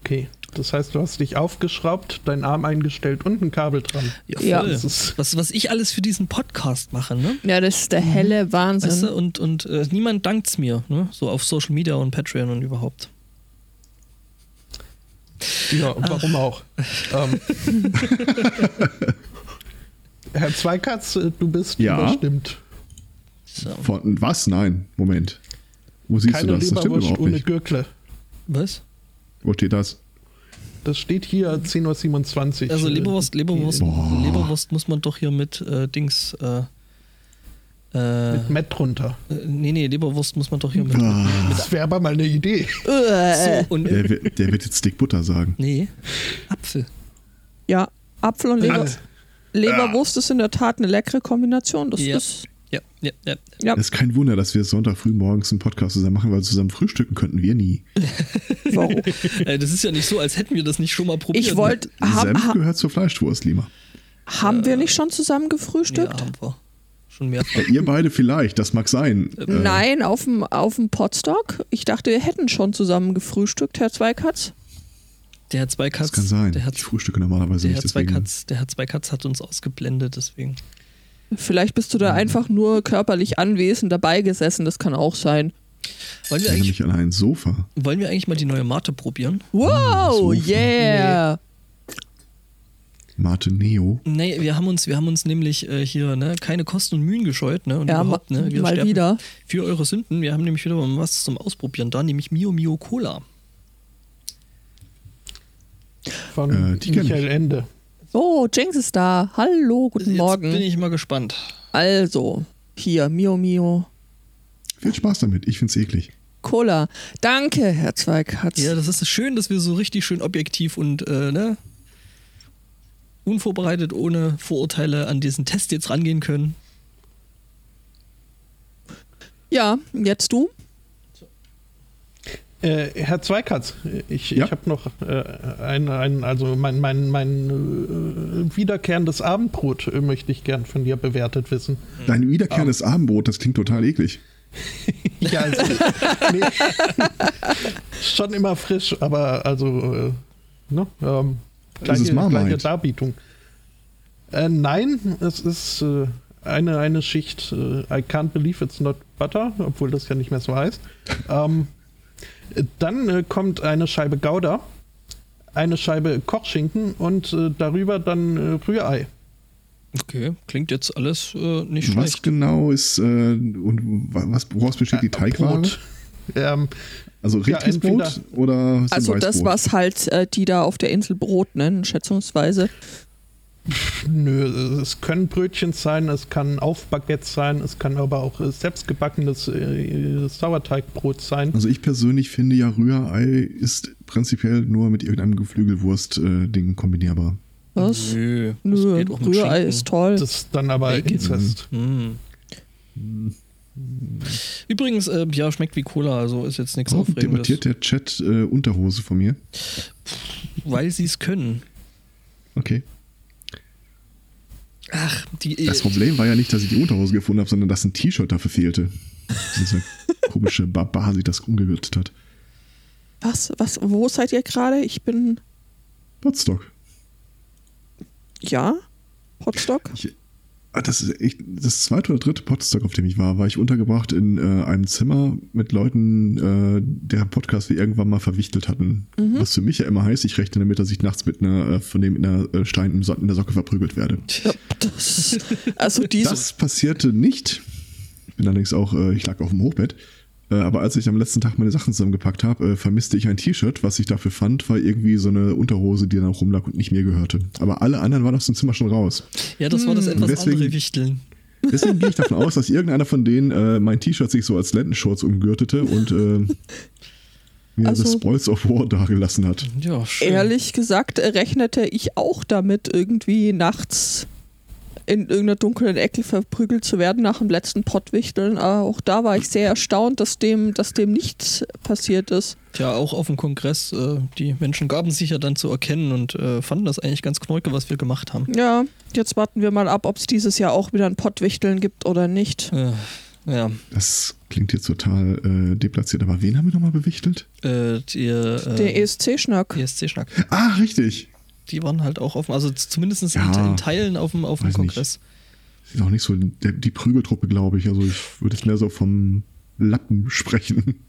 S1: Okay, das heißt, du hast dich aufgeschraubt, deinen Arm eingestellt und ein Kabel dran.
S4: Ja.
S2: voll.
S1: Das ist
S2: Was, was ich alles für diesen Podcast mache, ne?
S4: Ja, das ist der helle Wahnsinn.
S3: Ähm.
S2: Weißt du, und, und äh, niemand dankt's mir, ne? So auf Social Media und Patreon und überhaupt.
S1: Ja, und warum auch? Ähm, Herr Zweikatz, äh, du bist
S3: Ja?
S1: überstimmt.
S2: So.
S3: von, was? Nein, Moment. Wo siehst
S1: Keine
S3: du das? Das stimmt
S1: Leberwurst
S3: überhaupt
S1: ohne
S3: nicht.
S1: Gürkle.
S2: Was?
S3: Wo steht das?
S1: Das steht hier 10.27 Uhr.
S2: Also Leberwurst, Leberwurst,
S3: äh, Boah.
S2: Leberwurst muss man doch hier mit äh, Dings. Äh, äh,
S1: Mit Matt drunter.
S2: äh, nee, nee, Leberwurst muss man doch hier mit.
S3: Ah,
S1: Das wäre aber mal eine Idee.
S2: So,
S4: Äh,
S2: und,
S3: der, wi- der wird jetzt Dick Butter sagen.
S2: nee, Apfel.
S4: ja, Apfel und Leber,
S1: Matt.
S4: Leberwurst ist in der Tat eine leckere Kombination. Das
S2: Ja.
S4: ist
S2: Ja, ja, ja.
S4: ja,
S3: Es ist kein Wunder, dass wir Sonntag früh morgens einen Podcast zusammen machen, weil zusammen frühstücken könnten wir nie.
S4: warum?
S2: Äh, das ist ja nicht so, als hätten wir das nicht schon mal probiert. ne?
S4: Ich wollte, hab,
S3: Senf
S4: ha,
S3: gehört zur Fleischwurst, Lima.
S4: haben
S2: Äh.
S4: wir nicht schon zusammen
S2: nee,
S4: gefrühstückt?
S2: haben wir. Schon mehr.
S3: Ja, Äh, ihr beide vielleicht, das mag sein. Äh,
S4: Nein, auf dem, auf dem Podstock. Ich dachte, wir hätten schon zusammen gefrühstückt, Herr Zweikatz.
S2: Der hat zwei Katz.
S3: Das kann sein.
S2: Der hat,
S3: ich frühstücke normalerweise
S2: der
S3: nicht,
S2: hat zwei
S3: deswegen.
S2: Katz. Der hat zwei Katz hat uns ausgeblendet, deswegen.
S4: Vielleicht bist du da
S2: Mhm.
S4: einfach nur körperlich anwesend dabei gesessen, das kann auch
S2: Wollen
S4: sein.
S3: Ich
S2: wir
S3: erinnere
S2: eigentlich,
S3: mich an ein Sofa.
S2: wollen wir eigentlich mal die neue Mate probieren?
S4: Wow,
S3: so viel.
S4: yeah!
S3: Mate Neo.
S2: Nee, wir haben uns, wir haben uns nämlich äh, hier ne, keine Kosten und Mühen gescheut, ne? Und
S4: Ja, ma-
S2: überhaupt, ne? Wir
S4: mal
S2: sterben
S4: wieder.
S2: Für eure Sünden, wir haben nämlich wieder mal was zum Ausprobieren da, nämlich Mio Mio Cola.
S1: Von
S3: Äh, die kenn
S1: Michael
S3: ich.
S1: Ende.
S4: Oh, Jinx ist da. Hallo, guten Morgen.
S2: Jetzt bin ich mal gespannt.
S4: also, hier, Mio Mio.
S3: Viel Spaß damit, ich find's eklig.
S4: Cola. Danke, Herr Zweikatz.
S2: Ja, das ist schön, dass wir so richtig schön objektiv und äh, ne, unvorbereitet, ohne Vorurteile an diesen Test jetzt rangehen können.
S4: Ja, jetzt du?
S1: Äh, Herr Zweikatz, ich,
S3: Ja.
S1: ich habe noch äh, ein, ein, also mein, mein, mein äh, wiederkehrendes Abendbrot äh, möchte ich gern von dir bewertet wissen.
S2: Hm.
S3: Dein wiederkehrendes Abendbrot, das klingt total eklig.
S1: Ja, also, nee, schon immer frisch, aber also, äh, ne, ähm,
S3: Ist es
S1: gleiche,
S3: Marmite?
S1: gleiche Darbietung. Äh, nein, es ist äh, eine, eine Schicht, äh, I can't believe it's not butter, obwohl das ja nicht mehr so heißt. Ähm, äh, dann äh, kommt eine Scheibe Gouda, eine Scheibe Kochschinken und äh, darüber dann äh, Rührei.
S2: Okay, klingt jetzt alles äh, nicht
S3: Was
S2: schlecht. Äh,
S3: genau ist äh, und wa- was, woraus besteht die Teigware?
S1: Brot. Ähm,
S3: Also
S1: Ja,
S3: richtiges
S1: entweder-
S3: Brot oder so
S4: Also
S3: ein
S4: das,
S3: Weißbrot?
S4: was halt äh, die da auf der Insel Brot nennen, schätzungsweise.
S1: Nö, es können Brötchen sein, es kann Aufbaguette sein, es kann aber auch äh, selbstgebackenes äh, Sauerteigbrot sein.
S3: Also ich persönlich finde ja Rührei ist prinzipiell nur mit irgendeinem Geflügelwurst-Ding kombinierbar.
S4: Was?
S2: Nö, das
S4: Nö,
S2: geht auch mit
S4: Rührei
S2: Schinken.
S4: ist toll.
S1: Das ist dann aber
S2: Bacon.
S1: Inzest.
S2: Hm. Übrigens, äh, ja, schmeckt wie Cola, also ist jetzt nichts
S3: Warum
S2: Aufregendes.
S3: debattiert der Chat äh, Unterhose von mir?
S2: Weil sie es können.
S3: Okay.
S2: Ach, die.
S3: Das Problem war ja nicht, dass ich die Unterhose gefunden habe, sondern dass ein T-Shirt dafür fehlte. Dieser komische Barbar sich das umgewürzt hat.
S4: Was, was, wo seid ihr gerade? Ich bin,
S3: Potstock.
S4: ja, Hotstock.
S3: Ich, ah, das ist echt das zweite oder dritte Potstock, auf dem ich war, war ich untergebracht in äh, einem Zimmer mit Leuten, äh, deren Podcast wir irgendwann mal verwichtelt hatten. Was für mich ja immer heißt, ich rechne damit, dass ich nachts mit einer, äh, von dem in einer äh, Stein im So- in der Socke verprügelt werde.
S4: Ja, das, also diese,
S3: Das passierte nicht. Ich bin allerdings auch, äh, ich lag auf dem Hochbett. Äh, aber als ich am letzten Tag meine Sachen zusammengepackt habe, äh, vermisste ich ein T-Shirt. Was ich dafür fand, war irgendwie so eine Unterhose, die dann auch rumlag und nicht mir gehörte. Aber alle anderen waren aus dem Zimmer schon raus.
S2: ja, das war das etwas
S3: Deswegen-
S2: andere Wichteln.
S3: Deswegen gehe ich davon aus, dass irgendeiner von denen äh, mein T-Shirt sich so als Lendenschurz umgürtete und äh, mir
S4: Also-
S3: das Spoils of War dagelassen hat.
S2: Ja, schön.
S4: ehrlich gesagt, äh, rechnete ich auch damit, irgendwie nachts in irgendeiner dunklen Ecke verprügelt zu werden nach dem letzten Pottwichteln. Aber auch da war ich sehr erstaunt, dass dem, dass dem nichts passiert ist.
S2: Tja, auch auf dem Kongress, äh, die Menschen gaben sich ja dann zu erkennen und äh, fanden das eigentlich ganz knorke, was wir gemacht haben.
S4: Ja, jetzt warten wir mal ab, ob es dieses Jahr auch wieder ein Pottwichteln gibt oder nicht.
S2: Äh, ja,
S3: Das klingt jetzt total äh, deplatziert, aber wen haben wir nochmal bewichtelt?
S2: äh, die, äh,
S4: Der E ESC-Schnack.
S2: ESC-Schnack,
S3: Ah, richtig.
S2: die waren halt auch auf dem, also z- zumindest in,
S3: Ja.
S2: in Teilen auf dem, auf dem
S3: Weiß nicht.
S2: Kongress. Oh,
S3: Das ist auch nicht so der, die Prügeltruppe, glaube ich. Also ich würde jetzt mehr so vom Lappen sprechen.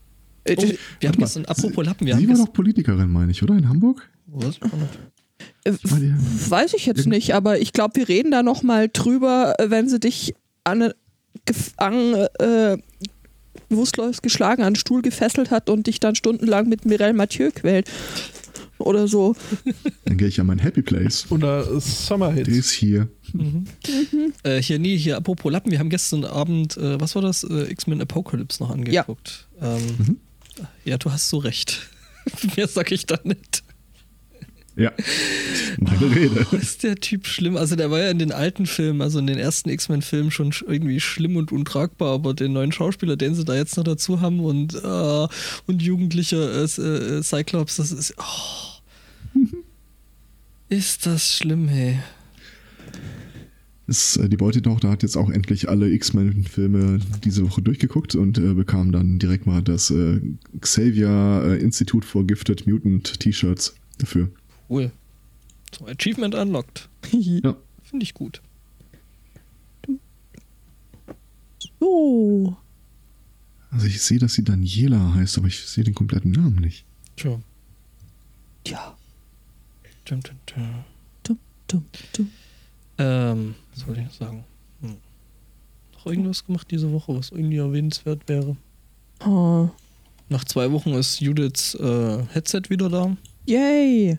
S4: Äh,
S2: Oh, wir haben
S3: mal,
S2: gestern, apropos Lappen, wir
S3: Sie
S2: haben
S3: war
S2: gestern,
S3: doch Politikerin, meine ich, oder? In Hamburg?
S2: was? Oh,
S4: äh,
S3: Ich meine, die-
S4: Weiß ich jetzt nicht, aber ich glaube, wir reden da noch mal drüber, äh, wenn sie dich an eine- gefangen, äh, bewusstlos geschlagen an einen Stuhl gefesselt hat und dich dann stundenlang mit Mireille Mathieu quält. oder so.
S3: Dann gehe ich an mein Happy Place.
S1: Oder Summer
S3: Der
S1: Hits.
S3: ist hier.
S2: Äh, hier, nee, hier, apropos Lappen, wir haben gestern Abend, äh, was war das? Äh, X-Men Apocalypse noch angeguckt. Ja. Ähm, ja, du hast so recht. Mehr sag ich da nicht.
S3: Ja.
S2: Ah.
S3: Meine Rede.
S2: Ist der Typ schlimm? Also, der war ja in den alten Filmen, also in den ersten X-Men-Filmen schon sch- irgendwie schlimm und untragbar, aber den neuen Schauspieler, den sie da jetzt noch dazu haben und, äh, und jugendlicher äh, äh, Cyclops, das ist. Oh, ist das schlimm, hey.
S3: Ist, äh, die Beutetochter hat jetzt auch endlich alle X-Men-Filme diese Woche durchgeguckt und äh, bekam dann direkt mal das äh, Xavier äh, Institute for Gifted Mutant T-Shirts dafür.
S2: Cool. So, Achievement unlocked.
S3: Ja.
S2: Finde ich gut.
S4: So.
S3: Also ich sehe, dass sie Daniela heißt, aber ich sehe den kompletten Namen nicht.
S2: Tja.
S4: Tja.
S2: Dum, dum, dum.
S4: Dum, dum.
S2: Ähm, was wollte ich noch sagen? Hm. Noch irgendwas gemacht diese Woche, was irgendwie erwähnenswert wäre?
S4: Ah.
S2: Nach zwei Wochen ist Judiths äh, Headset wieder da.
S4: Yay.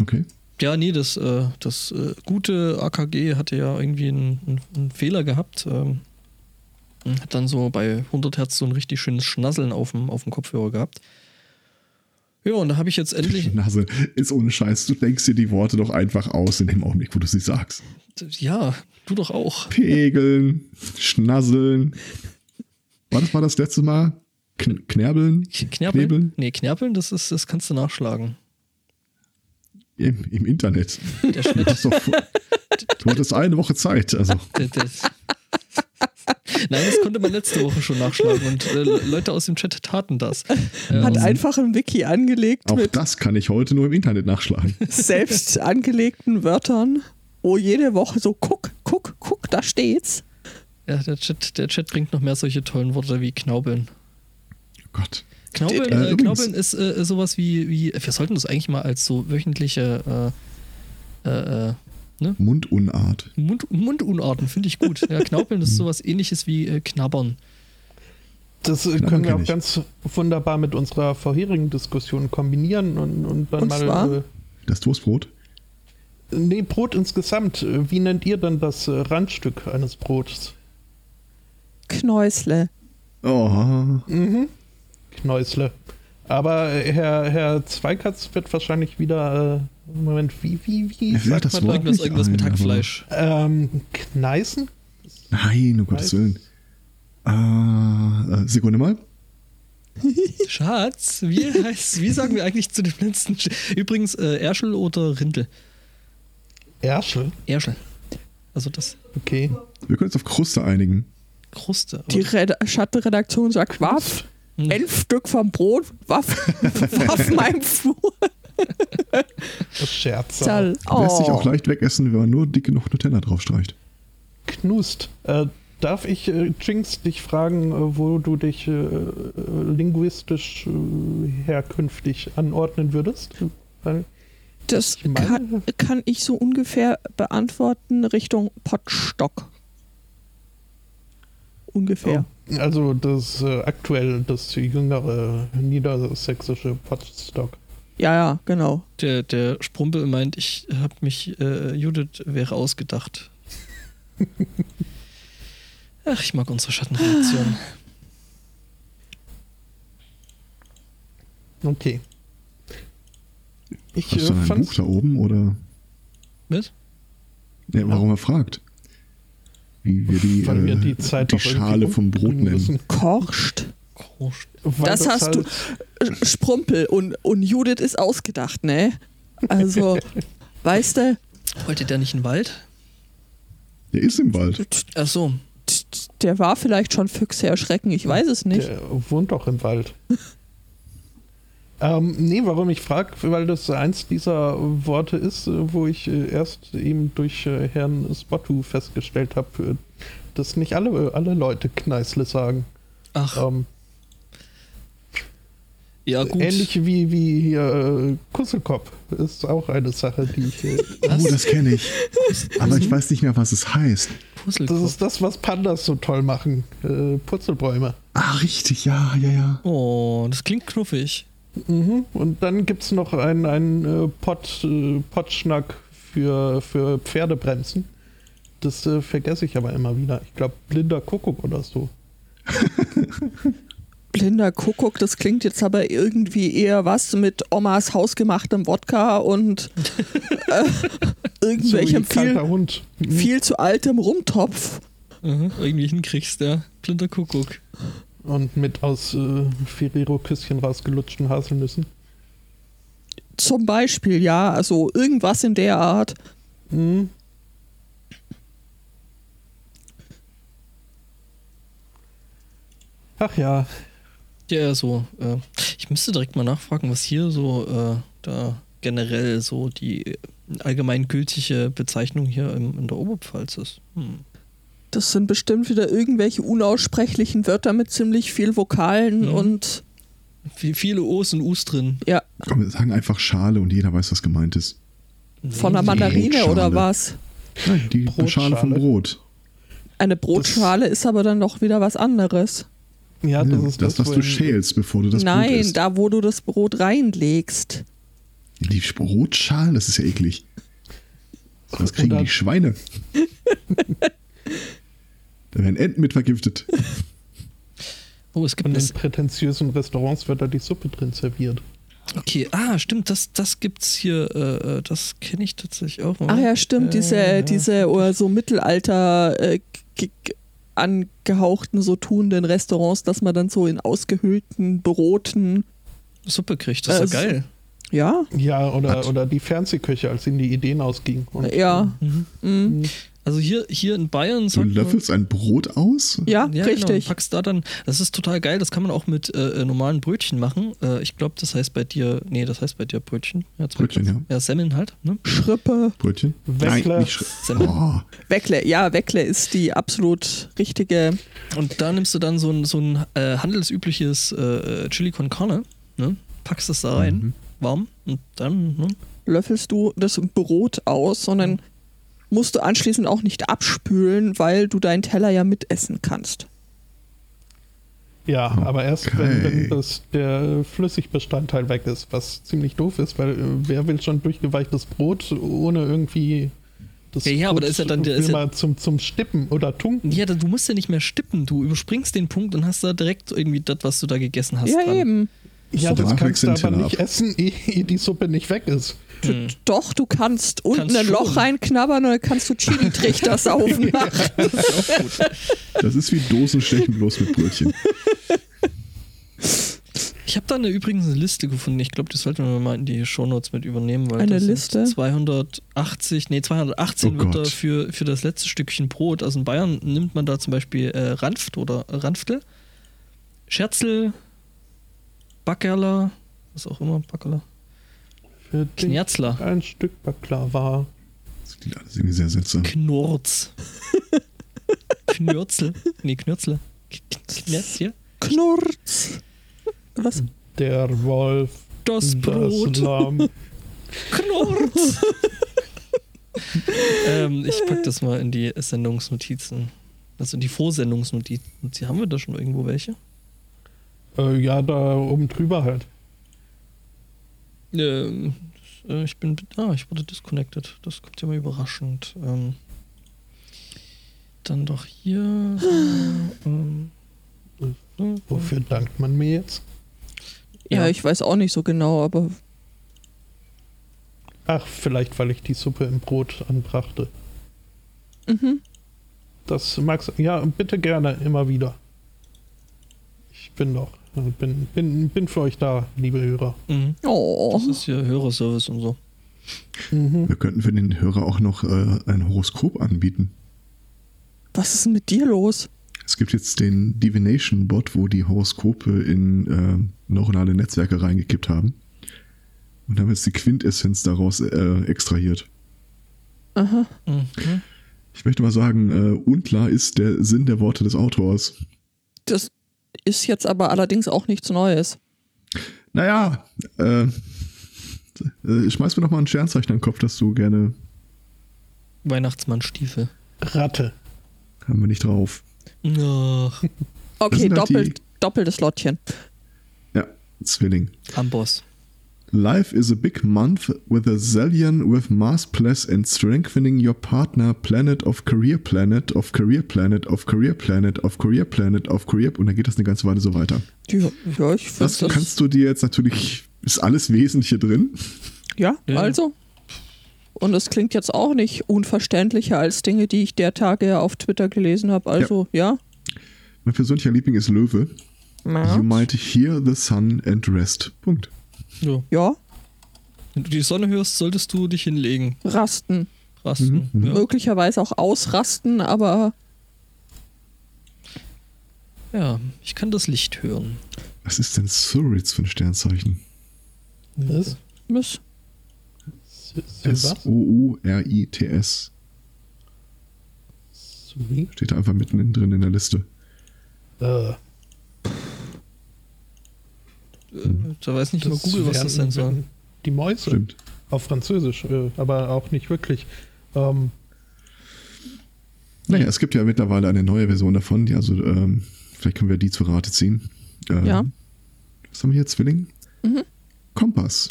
S3: Okay.
S2: Ja, nee, das, äh, das äh, gute AKG hatte ja irgendwie einen, einen, einen Fehler gehabt. Ähm, und hat dann so bei 100 Hertz so ein richtig schönes Schnasseln auf dem, auf dem Kopfhörer gehabt. Ja, und da habe ich jetzt endlich,
S3: Nase ist ohne Scheiß. Du denkst dir die Worte doch einfach aus in dem Augenblick, wo du sie sagst.
S2: ja, du doch auch.
S3: Pegeln, schnasseln. Was war das letzte Mal? Kn Knerbeln?
S2: Knerpeln?
S3: Knebeln?
S2: Nee, Knerpeln, das ist, das kannst du nachschlagen.
S3: Im, im Internet.
S2: Der
S3: Du, hast doch, vor- du hattest eine Woche Zeit. Also,
S2: Das- das- Nein, das konnte man letzte Woche schon nachschlagen und äh, Leute aus dem Chat taten das. Äh,
S4: Hat
S2: aus-
S4: einfach ein Wiki angelegt
S3: auch
S4: mit
S3: das kann ich heute nur im Internet nachschlagen.
S4: selbst angelegten Wörtern, wo jede Woche so guck, guck, guck, da steht's.
S2: ja, der, Chat, der Chat bringt noch mehr solche tollen Worte wie Knaubeln.
S3: Oh Gott.
S2: Knaubeln,
S3: Äh,
S2: äh,
S3: übrigens-
S2: Knaubeln ist äh, sowas wie, wie, wir sollten das eigentlich mal als so wöchentliche äh, äh, äh,
S3: Mundunart.
S2: Mund, Mundunarten, finde ich gut. Ja, Knaubeln
S3: Hm.
S2: ist sowas ähnliches wie äh, Knabbern.
S1: Das äh,
S3: Klar,
S1: können wir
S3: kenn
S1: auch
S3: ich.
S1: ganz wunderbar mit unserer vorherigen Diskussion kombinieren und, und dann
S4: Und
S1: mal.
S4: zwar?
S1: Äh,
S3: Das Toastbrot?
S1: nee, Brot insgesamt. Äh, Wie nennt ihr denn das äh, Randstück eines Brotes?
S4: Knäusle.
S3: Oh.
S2: Hm,
S1: Mhm. Knäusle. Aber äh, Herr, Herr Zweikatz wird wahrscheinlich wieder. Äh, Moment, wie, wie, wie?
S3: Er wird das
S1: man
S3: Wort-
S1: da?
S2: Irgendwas,
S3: nicht
S2: irgendwas mit
S3: ein, aber-
S2: Hackfleisch.
S1: Ähm, Kneißen?
S3: Nein, um Gottes
S1: Weiß.
S3: Willen. Ah, äh, Sekunde mal.
S2: Schatz, wie, heißt, wie sagen wir eigentlich zu dem letzten? Sch- Übrigens, äh, Erschel oder Rindel?
S1: Erschel?
S2: Erschel. Also das
S1: Okay.
S3: Wir können uns auf Kruste einigen.
S2: Kruste. aber
S4: Die Red Schattenredaktion sagt, waff,
S3: Hm.
S4: elf Stück vom Brot, waff, waff mein Flur.
S1: Scherz.
S3: Lässt sich
S4: Oh.
S3: auch leicht wegessen, wenn man nur dick genug Nutella draufstreicht.
S1: Knust. Äh, darf ich, äh, Jinx, dich fragen, äh, wo du dich äh, äh, linguistisch äh, herkünftig anordnen würdest? Weil
S4: Das
S1: Ich meine-
S4: kann, kann ich so ungefähr beantworten Richtung Pottstock. Ungefähr.
S3: Oh.
S1: Also das äh, aktuell, das jüngere niedersächsische Potstock.
S4: Ja, ja, genau.
S2: Der, der Sprumpel meint, ich habe mich, äh, Judith wäre ausgedacht. Ach, ich mag unsere Schattenreaktion.
S1: Okay. Ich
S3: Hast
S1: äh,
S3: du ein Buch
S1: fand's,
S3: da oben oder?
S2: Mit?
S3: Ja, warum er fragt? Wie wir die,
S1: weil wir
S3: äh,
S1: die Zeit
S3: die
S1: doch irgendwie
S3: Schale vom Brot
S1: umbringen
S3: nennen.
S1: müssen.
S4: Korscht.
S2: Krusch.
S1: Weil halt
S4: Das hast du- Äh, Sprumpel und, und Judith ist ausgedacht, ne? Also, weißt du,
S2: Wollte der nicht in den Wald?
S3: Der ist im Wald.
S2: Ach so.
S4: t- t- der war vielleicht schon Füchse erschrecken, ich weiß es nicht.
S1: Der wohnt doch im Wald. ähm, nee, warum ich frage, weil das eins dieser Worte ist, äh, wo ich äh, erst eben durch äh, Herrn Spottu festgestellt habe, dass nicht alle, äh, alle Leute Kneißle sagen.
S2: Ach,
S1: Ähm,
S2: ja gut.
S1: ähnlich wie, wie hier äh, Kusselkopf ist auch eine Sache, die ich. Äh,
S2: Was?
S3: Oh, das kenne ich. Aber ich weiß nicht mehr, was es heißt.
S1: das
S2: Puzzle.
S1: ist das, was Pandas so toll machen. Äh, Purzelbäume.
S3: Ah, richtig, ja, ja, ja.
S2: Oh, das klingt knuffig.
S1: Mhm. Und dann gibt es noch einen, einen äh, Pott, äh, Pottschnack für, für Pferdebremsen. Das äh, vergesse ich aber immer wieder. Ich glaube, blinder Kuckuck oder so.
S4: Blinder Kuckuck, das klingt jetzt aber irgendwie eher was mit Omas hausgemachtem Wodka und äh, irgendwelchem
S1: wie kalter
S4: viel,
S1: Hund. Mhm.
S4: viel zu altem Rumtopf.
S2: Mhm, irgendwie hinkriegst, ja. Blinder Kuckuck.
S1: Und mit aus äh, Ferrero-Küsschen rausgelutschten Haselnüssen.
S4: Zum Beispiel, ja, also irgendwas in der Art.
S1: Mhm. Ach ja,
S2: Ja, ja, so. Äh, ich müsste direkt mal nachfragen, was hier so äh, da generell so die äh, allgemeingültige Bezeichnung hier im, in der Oberpfalz ist. Hm.
S4: Das sind bestimmt wieder irgendwelche unaussprechlichen Wörter mit ziemlich viel Vokalen
S2: Mhm.
S4: und
S2: Wie viele O's und U's drin?
S4: ja,
S3: Komm, wir sagen einfach Schale und jeder weiß, was gemeint ist.
S4: von der
S2: Nee.
S4: Mandarine
S3: Brotschale.
S4: oder was.
S3: Nein, die
S1: Brotschale.
S3: Schale vom Brot.
S4: Eine Brotschale ist aber dann doch wieder was anderes.
S1: ja, das
S3: Ja,
S1: ist
S3: Hm, das, was
S1: wo
S3: du
S1: in-
S3: schälst, bevor du das Brot
S4: Nein,
S3: isst.
S4: da wo du das Brot reinlegst.
S3: Die Brotschalen, das ist ja eklig. Was kriegen
S1: Oder-
S3: die Schweine? da werden Enten mit vergiftet.
S2: Oh, es gibt
S1: Und in
S2: das.
S1: prätentiösen Restaurants wird da die Suppe drin serviert.
S2: Okay, ah, stimmt, das, das gibt's hier. Äh, äh, das kenne ich tatsächlich auch.
S4: Ach Ah, ja, stimmt, diese,
S2: Äh, ja.
S4: diese oder so Mittelalter äh, g- g- angehauchten, so tuenden Restaurants, dass man dann so in ausgehöhlten Broten,
S2: Suppe kriegt, das ist ja
S4: Äh,
S2: geil.
S4: ja,
S1: Ja,
S3: Was?
S1: oder, oder die Fernsehköche, als ihnen die Ideen ausgingen. Und
S4: ja,
S2: Mhm.
S4: mm,
S2: Also hier, hier in Bayern
S3: Du
S2: sagt man-
S3: löffelst ein Brot aus?
S4: ja,
S2: Ja,
S4: richtig.
S2: Genau, packst da dann, das ist total geil, das kann man auch mit äh, äh, normalen Brötchen machen. Äh, ich glaube, das heißt bei dir, nee, das heißt bei dir Brötchen. Ja, jetzt
S3: Brötchen, ja.
S2: ja Semmeln halt, ne?
S4: Schrippe.
S3: Brötchen?
S1: Weckler.
S3: Nein, nicht Schri-
S2: Semmeln.
S3: oh,
S4: Weckle, ja, Weckle ist die absolut richtige.
S2: Und da nimmst du dann so ein, so ein äh, handelsübliches äh, äh, Chili con Carne, ne? Packst das da
S3: Mhm.
S2: rein, warm, und dann, ne?
S4: löffelst du das Brot aus, sondern musst du anschließend auch nicht abspülen, weil du deinen Teller ja mitessen kannst.
S1: Ja, aber erst
S3: Okay.
S1: wenn, wenn das, der Flüssigbestandteil weg ist, was ziemlich doof ist, weil äh, wer will schon durchgeweichtes Brot ohne irgendwie das
S2: Ja, ja, aber da ist ja dann- da
S1: will
S2: ist ja-
S1: mal zum, zum Stippen oder Tunken.
S2: Ja, dann- du musst ja nicht mehr stippen, du überspringst den Punkt und hast da direkt irgendwie das, was du da gegessen hast.
S4: ja,
S2: dran.
S4: eben.
S1: Ja,
S3: So,
S1: das
S3: danach
S1: kannst du
S3: wächst den
S1: aber
S3: Teller
S1: nicht
S3: ab.
S1: essen, ehe ehe die Suppe nicht weg ist.
S2: Hm.
S4: Doch, du kannst unten
S2: Kannst
S4: ein
S2: schon.
S4: Loch reinknabbern und dann kannst du Chili-Trichter saufen machen.
S3: das ist wie Dosenstechen bloß mit Brötchen.
S2: Ich habe da eine, übrigens eine Liste gefunden. Ich glaube, die sollten wir mal in die Shownotes mit übernehmen, weil
S4: Eine
S2: das
S4: Liste?
S2: sind 280, nee, 218
S3: Oh
S2: wird da
S3: Gott.
S2: für, für das letzte Stückchen Brot. Also in Bayern nimmt man da zum Beispiel äh, Ranft oder Ranftel, Scherzel, Backerler, was auch immer, Backerler,
S1: Für dich
S2: Knerzler,
S1: Äh, ein Stück Baklava.
S3: Das klingt alles irgendwie sehr seltsam.
S2: Knurz, Knürzel, nee, Knürzle, K- Knärzle,
S4: Knurz. Was?
S1: Der Wolf,
S2: das Brot.
S1: das Lamm.
S2: Knurz. ähm, ich pack das mal in die Sendungsnotizen. Also in die Vorsendungsnotizen. Hier haben wir da schon irgendwo welche?
S1: äh, ja, da oben drüber halt.
S2: Ähm, äh, ich bin. Ah, ich wurde disconnected. Das kommt ja mal überraschend. Ähm, dann doch hier. äh, ähm, äh,
S1: Wofür dankt man mir jetzt?
S4: Ja,
S2: Ja.
S4: ich weiß auch nicht so genau, aber
S1: Ach, vielleicht, weil ich die Suppe im Brot anbrachte.
S4: mhm.
S1: Das magst Ja, bitte gerne, immer wieder. Ich bin doch. Bin, bin, bin für euch da, liebe Hörer.
S2: mhm.
S4: oh.
S2: Das ist hier Hörerservice und so.
S1: Mhm.
S3: Wir könnten für den Hörer auch noch äh, ein Horoskop anbieten.
S4: Was ist denn mit dir los?
S3: Es gibt jetzt den Divination-Bot, wo die Horoskope in äh, neuronale Netzwerke reingekippt haben und haben jetzt die Quintessenz daraus äh, extrahiert.
S4: Aha.
S2: Mhm.
S3: Ich möchte mal sagen, äh, unklar ist der Sinn der Worte des Autors.
S4: Das ist jetzt aber allerdings auch nichts Neues.
S3: Naja, äh, äh, schmeiß mir doch mal ein Sternzeichen an den Kopf, dass du gerne
S2: Weihnachtsmannstiefel.
S1: Ratte.
S3: haben wir nicht drauf.
S2: Ach,
S4: Okay,
S3: sind halt
S4: doppelt,
S3: die-
S4: doppeltes Lottchen.
S3: Ja, Zwilling.
S2: Amboss.
S3: Life is a big month with a zillion with Mars plus and strengthening your partner Planet of Career Planet of Career Planet of Career Planet of Career Planet of Career und dann geht das eine ganze Weile so weiter.
S4: Ja, ja ich finde
S3: Das,
S4: das.
S3: kannst du dir jetzt natürlich, ist alles Wesentliche drin.
S4: ja,
S2: Ja.
S4: also. Und das klingt jetzt auch nicht unverständlicher als Dinge, die ich der Tage auf Twitter gelesen habe. Also, ja.
S3: Mein persönlicher Liebling ist Löwe. You might hear the sun and rest. Punkt.
S2: Ja.
S4: Ja,
S2: Wenn du die Sonne hörst, solltest du dich hinlegen.
S4: rasten.
S2: Rasten.
S3: Mhm.
S2: Ja.
S4: Möglicherweise auch ausrasten, aber
S2: ja, ich kann das Licht hören.
S3: Was ist denn Suritz für ein Sternzeichen?
S1: Was?
S4: miss.
S1: S- S- was?
S3: S-O-U-R-I-T-S.
S1: Sweet.
S3: Steht da einfach mitten drin in der Liste.
S1: Äh,
S2: Äh, Da weiß nicht mal Google, was das
S1: wären-
S2: denn soll.
S1: Die Mäuse.
S3: Stimmt.
S1: Auf Französisch, äh, aber auch nicht wirklich. Ähm,
S3: Naja, es gibt ja mittlerweile eine neue Version davon, die also, ähm, vielleicht können wir die zu Rate ziehen. Ähm,
S4: Ja.
S3: Was haben wir hier, Zwilling? Kompass.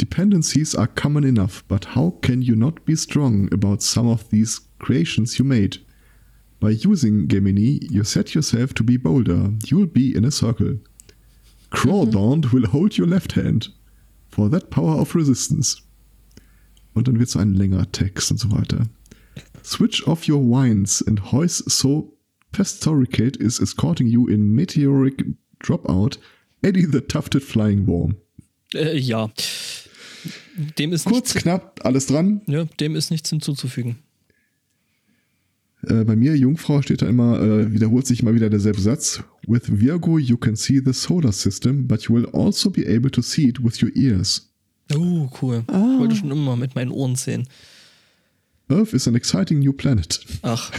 S3: Dependencies are common enough, but how can you not be strong about some of these creations you made? By using Gemini, you set yourself to be bolder. You'll be in a circle. Crawdaunt will hold your left hand for that power of resistance. Und dann wird so ein länger Text und so weiter. Switch off your wines and hoist so Pastoricate is escorting you in meteoric dropout. Eddie the tufted flying worm.
S2: Äh, ja. Dem ist,
S3: Kurz,
S2: nichts,
S3: knapp, alles dran.
S2: ja, dem ist nichts hinzuzufügen.
S3: Äh, bei mir, Jungfrau, steht da immer, äh, wiederholt sich immer wieder derselbe Satz. With Virgo you can see the solar system, but you will also be able to see it with your ears.
S2: Oh, cool. Ich wollte schon immer mit meinen Ohren sehen.
S3: Earth is an exciting new planet.
S2: Ach,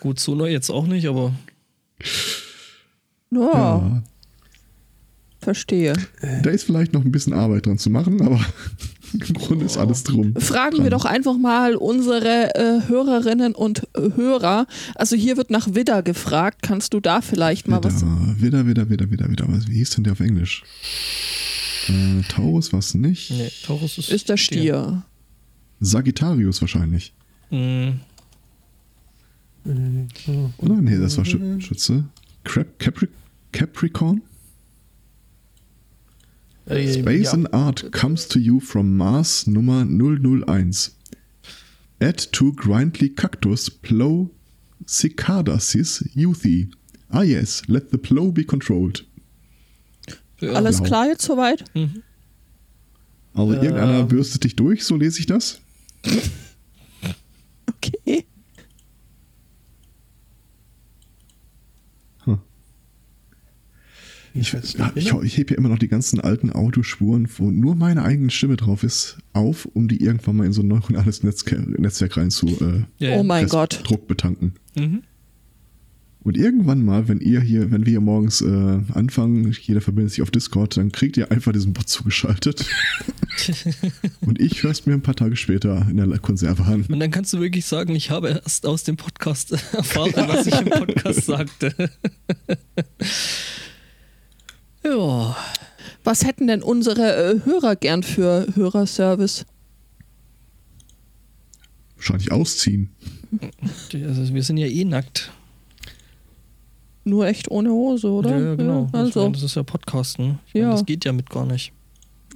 S2: gut, so neu jetzt auch nicht, aber
S4: Ja, verstehe.
S3: Da ist vielleicht noch ein bisschen Arbeit dran zu machen, aber im Grunde ist alles drum.
S4: Fragen wir doch einfach mal unsere äh, Hörerinnen und äh, Hörer. Also hier wird nach Widder gefragt. Kannst du da vielleicht mal was?
S3: Wieder, wieder, wieder, wieder, wieder. Was, wie hieß denn der auf Englisch? Äh, Taurus was nicht?
S2: nee, Taurus ist.
S4: Ist der Stier.
S3: Sagittarius wahrscheinlich.
S2: Mhm.
S3: Oder? Oh Nee, das war Schü- Schütze. Crap, Capri Capricorn?
S1: äh,
S3: Space
S1: ja.
S3: and Art comes to you from Mars Nummer 001. Add to grindly cactus plow cicadasis youthy. Ah yes, let the plow be controlled.
S2: Ja.
S4: Alles
S3: Blau.
S4: klar jetzt soweit?
S3: Also
S1: Ähm.
S3: irgendeiner bürstet dich durch, so lese ich das.
S4: Okay.
S1: Ich weiß
S3: Ja,
S1: nicht.
S3: ich ich hebe ja immer noch die ganzen alten Autospuren, wo nur meine eigene Stimme drauf ist, auf, um die irgendwann mal in so ein neuronales Netzke- Netzwerk rein zu äh,
S2: Ja, ja.
S4: Oh mein
S3: Rest-
S4: Gott.
S3: Druck betanken.
S2: Mhm.
S3: Und irgendwann mal, wenn ihr hier, wenn wir hier morgens äh, anfangen, jeder verbindet sich auf Discord, dann kriegt ihr einfach diesen Bot zugeschaltet. Und ich höre es mir ein paar Tage später in der Konserve an.
S2: Und dann kannst du wirklich sagen, ich habe erst aus dem Podcast erfahren, was ich im Podcast sagte. ja.
S4: Was hätten denn unsere äh, Hörer gern für Hörerservice?
S3: Wahrscheinlich ausziehen.
S2: Die- Also wir sind ja eh nackt.
S4: Nur echt ohne Hose, oder?
S2: Ja, genau.
S4: Ja,
S2: Ich meine,
S4: also,
S2: das ist ja Podcast, ne? Ich meine,
S4: Ja.
S2: Das geht ja mit gar nicht.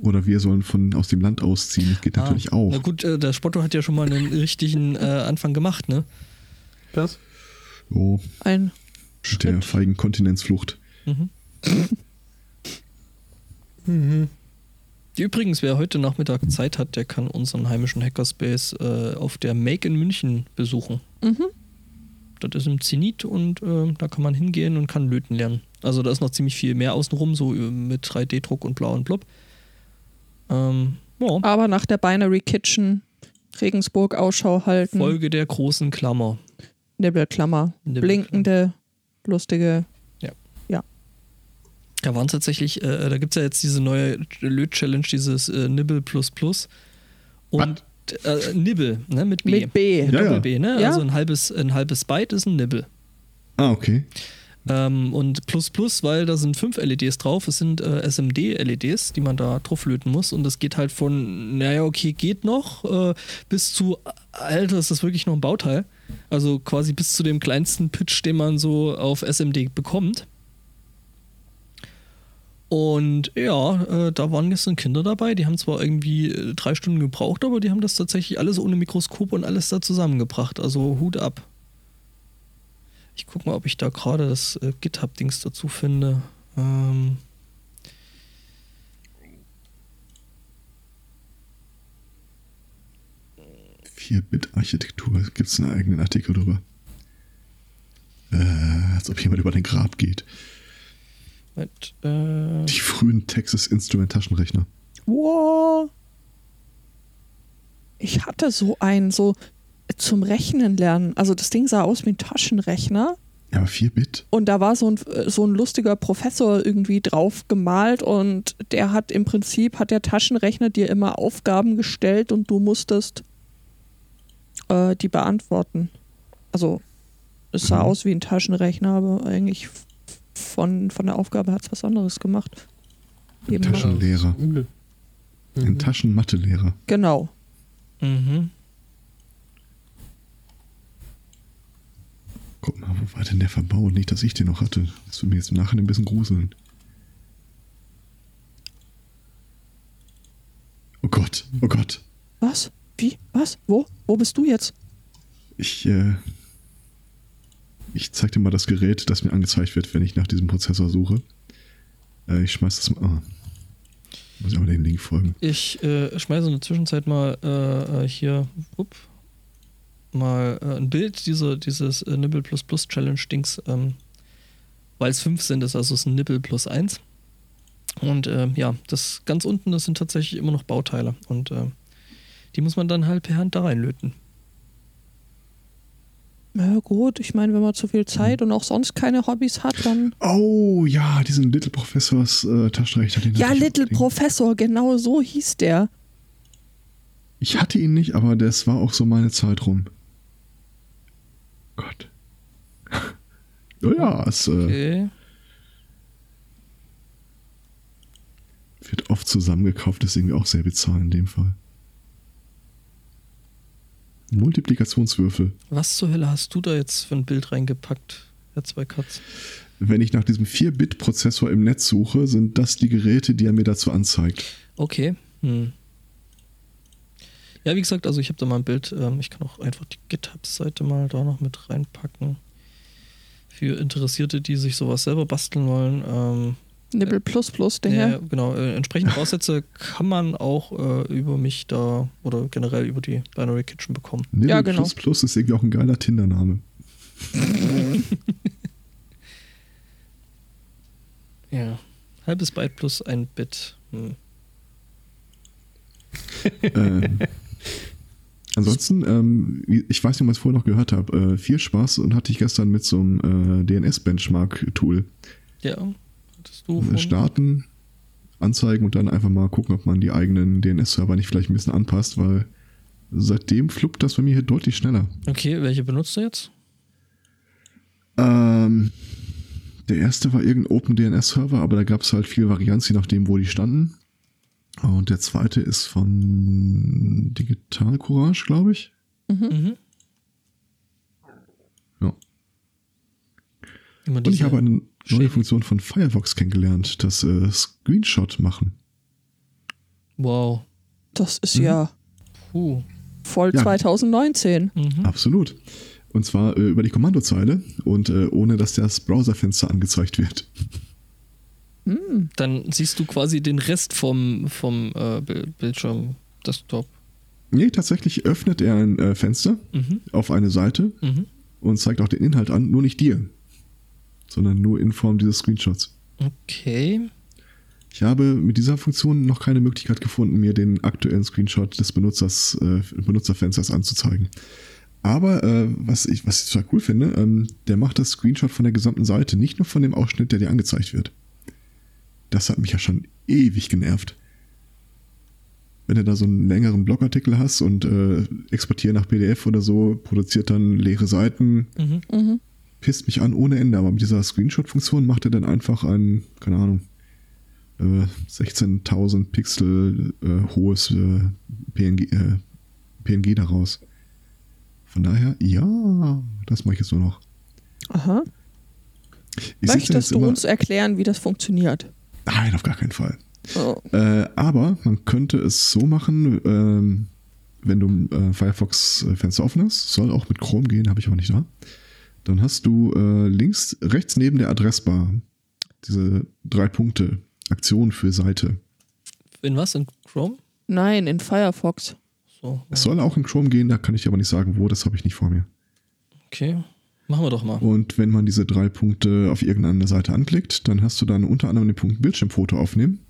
S3: Oder wir sollen von aus dem Land ausziehen. Das geht natürlich
S2: Ah, Na
S3: auch.
S2: gut, äh, der Spotto hat ja schon mal einen richtigen äh, Anfang gemacht, ne?
S1: Was?
S3: Oh,
S4: ein
S3: mit der feigen Kontinentsflucht.
S2: Mhm.
S1: Mhm.
S2: Übrigens, wer heute Nachmittag Zeit hat, der kann unseren heimischen Hackerspace äh, auf der Make in München besuchen.
S4: Mhm.
S2: Das ist im Zenit und äh, da kann man hingehen und kann löten lernen. Also da ist noch ziemlich viel mehr außenrum, so äh, mit 3D-Druck und bla und blub. Ähm, ja,
S4: aber nach der Binary Kitchen Regensburg Ausschau halten.
S2: Folge der großen Klammer.
S4: Nibbelklammer.
S2: Nibbelklammer.
S4: Blinkende, lustige.
S2: Da waren tatsächlich, äh, da gibt es ja jetzt diese neue Löt-Challenge, dieses äh, Nibble Plus Plus. Und äh, Nibble, ne, mit B.
S4: Mit B.
S3: Ja,
S2: Doppel
S3: ja.
S2: B, ne?
S4: Ja.
S2: Also ein halbes, ein halbes Byte ist ein Nibble.
S3: Ah, okay.
S2: Ähm, und plus plus, weil da sind fünf LEDs drauf. Es sind äh, SMD-LEDs, die man da drauflöten muss. Und das geht halt von, naja, okay, geht noch, äh, bis zu, Alter, ist das wirklich noch ein Bauteil? Also quasi bis zu dem kleinsten Pitch, den man so auf SMD bekommt. Und ja, äh, da waren gestern Kinder dabei. Die haben zwar irgendwie äh, drei Stunden gebraucht, aber die haben das tatsächlich alles ohne Mikroskop und alles da zusammengebracht. Also Hut ab. Ich guck mal, ob ich da gerade das äh, GitHub-Dings dazu finde. Ähm
S3: vier bit architektur Gibt es einen eigenen Artikel drüber? Äh, als ob jemand über den Grab geht.
S2: mit, äh,
S3: Die frühen Texas Instrument Taschenrechner.
S4: Wow. Ich hatte so einen, so zum Rechnen lernen. Also das Ding sah aus wie ein Taschenrechner.
S3: Ja, aber 4-Bit?
S4: Und da war so ein, so ein lustiger Professor irgendwie drauf gemalt und der hat im Prinzip, hat der Taschenrechner dir immer Aufgaben gestellt und du musstest äh, die beantworten. Also es sah
S3: Mhm.
S4: aus wie ein Taschenrechner, aber eigentlich f- von, von der Aufgabe hat es was anderes gemacht. Eben
S3: Taschen- Taschenlehrer.
S1: Mhm.
S3: Ein Taschenmathelehrer.
S4: genau.
S2: mhm.
S3: Guck mal, wo war denn der Verbau? Nicht, dass ich den noch hatte. Das würde mir jetzt im Nachhinein ein bisschen gruseln. Oh Gott, oh Gott.
S4: Was? Wie? Was? Wo? Wo bist du jetzt?
S3: Ich, äh, ich zeig dir mal das Gerät, das mir angezeigt wird, wenn ich nach diesem Prozessor suche. Äh, ich schmeiß das mal. Ah. Muss ich aber den Link folgen.
S2: Ich äh, schmeiße in der Zwischenzeit mal äh, äh, hier upp, mal äh, ein Bild dieser, dieses äh, Nibble plus plus Challenge Dings, ähm, weil es fünf sind, ist also es ein Nibble plus eins. Und äh, ja, das ganz unten, das sind tatsächlich immer noch Bauteile und äh, die muss man dann halt per Hand da reinlöten.
S4: Na gut, ich meine, wenn man zu viel Zeit
S3: Mhm.
S4: und auch sonst keine Hobbys hat, dann.
S3: Oh ja, diesen Little Professors äh, Taschenrechner. Den
S4: Ja,
S3: hatte ich
S4: Little
S3: unbedingt.
S4: Professor, genau so hieß der.
S3: Ich hatte ihn nicht, aber das war auch so meine Zeit rum. Gott. oh ja, es äh,
S2: Okay.
S3: wird oft zusammengekauft, ist irgendwie auch sehr bizarr in dem Fall. Multiplikationswürfel.
S2: Was zur Hölle hast du da jetzt für ein Bild reingepackt, Herr Zweikatz?
S3: Wenn ich nach diesem 4-Bit-Prozessor im Netz suche, sind das die Geräte, die er mir dazu anzeigt.
S2: Okay. Hm. Ja, wie gesagt, also ich habe da mal ein Bild. Ähm, ich kann auch einfach die GitHub-Seite mal da noch mit reinpacken. Für Interessierte, die sich sowas selber basteln wollen. Ähm,
S4: Nibble Plus Plus
S2: ja,
S4: Dinger.
S2: ja, genau. Äh, entsprechende Voraussätze kann man auch äh, über mich da oder generell über die Binary Kitchen bekommen.
S3: Little
S4: Ja, genau.
S3: Plus Plus ist irgendwie auch ein geiler Tinder-Name.
S2: Ja. Halbes Byte plus ein Bit. Hm.
S3: ähm, ansonsten, ähm, wie- ich weiß nicht, ob ich es vorher noch gehört habe. Äh, viel Spaß und hatte ich gestern mit so einem äh, DNS-Benchmark-Tool.
S2: Ja. Hattest du von-
S3: Äh, Starten, anzeigen und dann einfach mal gucken, ob man die eigenen DNS-Server nicht vielleicht ein bisschen anpasst, weil seitdem fluppt das bei mir hier deutlich schneller.
S2: Okay, welche benutzt du jetzt?
S3: Ähm, der erste war irgendein Open DNS-Server, aber da gab es halt viel Varianz, je nachdem, wo die standen. Und der zweite ist von Digital Courage, glaube ich.
S2: Mhm.
S3: Ja.
S2: Immer
S3: Und ich
S2: diese-
S3: habe eine neue
S2: Schäden.
S3: Funktion von Firefox kennengelernt, das äh, Screenshot machen.
S2: wow.
S4: Das ist
S3: Mhm.
S4: ja
S2: Puh.
S4: voll
S3: Ja.
S4: 2019.
S2: Mhm.
S3: Absolut. Und zwar äh, über die Kommandozeile und äh, ohne, dass das Browserfenster angezeigt wird.
S4: Hm.
S2: dann siehst du quasi den Rest vom, vom äh, Bil- Bildschirm, Desktop.
S3: Nee, tatsächlich öffnet er ein äh, Fenster
S2: Mhm.
S3: auf eine Seite
S2: Mhm.
S3: und zeigt auch den Inhalt an, nur nicht dir, sondern nur in Form dieses Screenshots.
S2: Okay.
S3: Ich habe mit dieser Funktion noch keine Möglichkeit gefunden, mir den aktuellen Screenshot des Benutzers, äh, Benutzerfensters anzuzeigen. Aber äh, was, ich, was ich total cool finde, ähm, der macht das Screenshot von der gesamten Seite, nicht nur von dem Ausschnitt, der dir angezeigt wird. Das hat mich ja schon ewig genervt. Wenn du da so einen längeren Blogartikel hast und äh, exportier nach PDF oder so, produziert dann leere Seiten,
S2: Mhm.
S4: Mhm.
S3: pisst mich an ohne Ende. Aber mit dieser Screenshot-Funktion macht er dann einfach ein, keine Ahnung, äh, 16.000 Pixel äh, hohes äh, PNG, äh, PNG daraus. Von daher, ja, das mache ich jetzt nur noch.
S4: Aha.
S3: Ich sitze
S4: Möchtest
S3: jetzt
S4: du
S3: immer-
S4: uns erklären, wie das funktioniert?
S3: Nein, auf gar keinen Fall.
S4: Oh.
S3: Äh, aber man könnte es so machen, ähm, wenn du äh, Firefox-Fenster offen hast, soll auch mit Chrome gehen, habe ich aber nicht da. Dann hast du äh, links, rechts neben der Adressbar diese drei Punkte, Aktion für Seite.
S2: In was? In Chrome?
S4: Nein, in Firefox.
S2: So,
S3: Es
S2: ja,
S3: soll auch in Chrome gehen, da kann ich dir aber nicht sagen, wo, das habe ich nicht vor mir.
S2: okay. Machen wir doch mal.
S3: Und wenn man diese drei Punkte auf irgendeiner Seite anklickt, dann hast du dann unter anderem den Punkt Bildschirmfoto aufnehmen.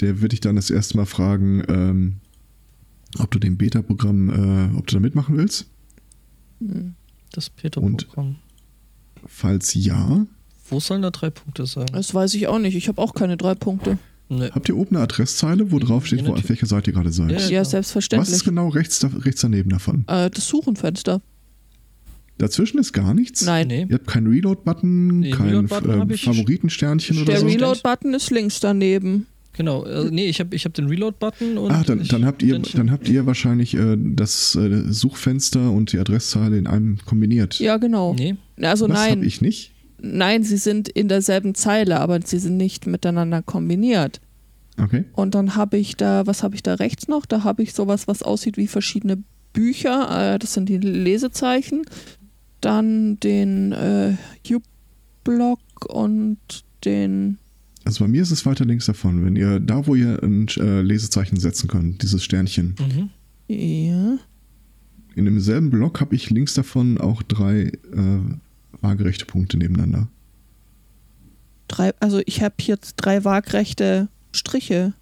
S3: Der wird dich dann das erste Mal fragen, ähm, ob du dem Beta-Programm, äh, ob du da mitmachen willst.
S4: Hm.
S2: Das Peter-Programm.
S3: Und- Falls ja,
S2: Wo sollen da drei Punkte sein? Ne.
S4: Das weiß ich auch nicht. Ich habe auch keine drei Punkte.
S2: Nee.
S3: habt ihr oben eine Adresszeile, wo drauf steht, wo, auf
S2: natürlich.
S3: welcher Seite ihr gerade seid?
S2: Ja,
S4: Ja,
S2: klar.
S3: Was ist
S4: selbstverständlich.
S3: genau rechts, da, rechts daneben davon?
S4: Äh, das Suchenfenster.
S3: Dazwischen ist gar nichts.
S4: Nein.
S2: Nee.
S3: Ihr habt keinen Reload-Button,
S2: Nee,
S3: kein
S2: Reload-Button
S3: ähm,
S2: hab ich-
S3: Favoritensternchen oder
S4: Der
S3: so.
S2: Reload-
S4: Reload-Button ist links daneben.
S2: Genau. Äh, nee, ich habe ich hab den Reload-Button und.
S3: Ah, dann,
S2: ich,
S3: dann, habt ihr,
S2: ich-
S3: dann habt ihr wahrscheinlich äh, das äh, Suchfenster und die Adresszeile in einem kombiniert.
S4: Ja, genau.
S2: Nee,
S4: Also
S3: das
S4: nein,
S3: habe ich nicht.
S4: nein, sie sind in derselben Zeile, aber sie sind nicht miteinander kombiniert.
S3: Okay.
S4: Und dann habe ich da, was habe ich da rechts noch? Da habe ich sowas, was aussieht wie verschiedene Bücher. Äh, das sind die Lesezeichen. Dann den äh, U-Block und den.
S3: Also bei mir ist es weiter links davon. Wenn ihr da, wo ihr ein äh, Lesezeichen setzen könnt, dieses Sternchen.
S2: mhm.
S4: Ja.
S3: In demselben Block habe ich links davon auch drei äh, waagerechte Punkte nebeneinander.
S4: Drei, also ich habe jetzt drei waagrechte Striche.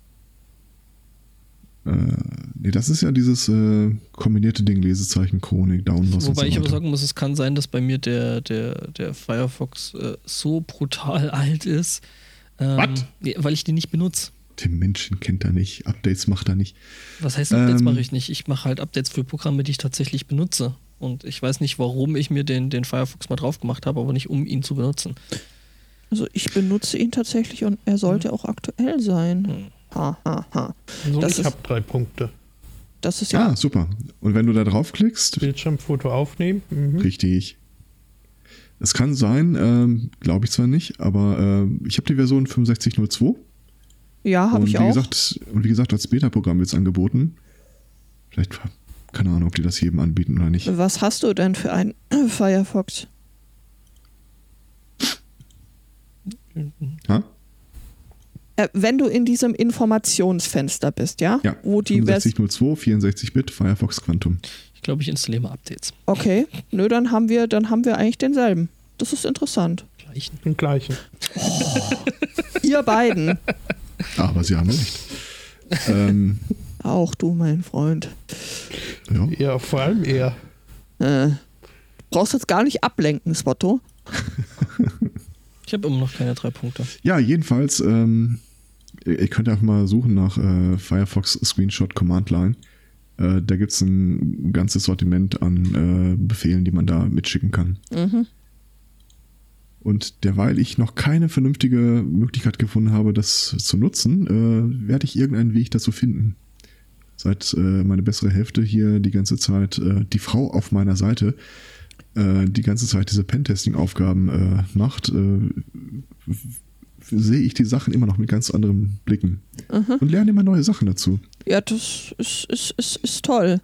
S3: Äh, nee, das ist ja dieses äh, kombinierte Ding, Lesezeichen, Chronik, Downloads
S2: Wobei
S3: und
S2: ich
S3: so
S2: aber
S3: weiter.
S2: sagen muss, es kann sein, dass bei mir der, der, der Firefox äh, so brutal alt ist. Ähm,
S3: What?
S2: ja, Weil ich den nicht benutze.
S3: Den Menschen kennt er nicht, Updates macht er nicht.
S2: Was heißt Updates
S3: Ähm.
S2: mache ich nicht? Ich mache halt Updates für Programme, die ich tatsächlich benutze. Und ich weiß nicht, warum ich mir den, den Firefox mal drauf gemacht habe, aber nicht um ihn zu benutzen.
S4: Also ich benutze ihn tatsächlich und er sollte
S3: Mhm.
S4: auch aktuell
S2: Hm.
S4: sein. Ha, ha, ha.
S1: So,
S4: Das
S1: ich
S4: ist-
S1: habe drei Punkte.
S4: Das ist ja.
S3: Ja, ah, super. Und wenn du da draufklickst,
S1: Bildschirmfoto aufnehmen. Mhm.
S3: Richtig. Es kann sein, ähm, glaube ich zwar nicht, aber ähm, ich habe die Version 6502.
S4: Ja, habe
S3: und
S4: Ah, ich
S3: wie
S4: auch.
S3: gesagt, und wie gesagt, als Beta-Programm wird es angeboten. Vielleicht, keine Ahnung, ob die das jedem anbieten oder nicht.
S4: Was hast du denn für einen Firefox?
S3: Ha?
S4: Äh, wenn du in diesem Informationsfenster bist, ja?
S3: Ja,
S4: Wo die Vers-
S3: 6502, 64-Bit, Firefox Quantum.
S2: Ich glaube, ich installiere mal Updates.
S4: Okay, nö, dann haben wir, dann haben wir eigentlich denselben. Das ist interessant.
S2: Gleichen.
S1: Den gleichen.
S4: Ihr beiden.
S3: Ah, Aber sie haben recht. ähm,
S4: Auch du, mein Freund.
S3: ja.
S1: Ja, vor allem er.
S4: Äh, brauchst jetzt gar nicht ablenken, Spotto.
S2: Ich habe immer noch keine drei Punkte.
S3: ja, jedenfalls, ähm, ihr ihr könnt einfach mal suchen nach äh, Firefox Screenshot Command Line. Äh, da gibt es ein ganzes Sortiment an äh, Befehlen, die man da mitschicken kann.
S4: Mhm.
S3: Und derweil ich noch keine vernünftige Möglichkeit gefunden habe, das zu nutzen, äh, werde ich irgendeinen Weg dazu finden. Seit äh, meine bessere Hälfte hier die ganze Zeit, äh, die Frau auf meiner Seite, äh, die ganze Zeit diese Pentesting-Aufgaben äh, macht, äh, f- sehe ich die Sachen immer noch mit ganz anderen Blicken
S4: Mhm.
S3: und lerne immer neue Sachen dazu.
S4: Ja, das ist, ist, ist, ist toll.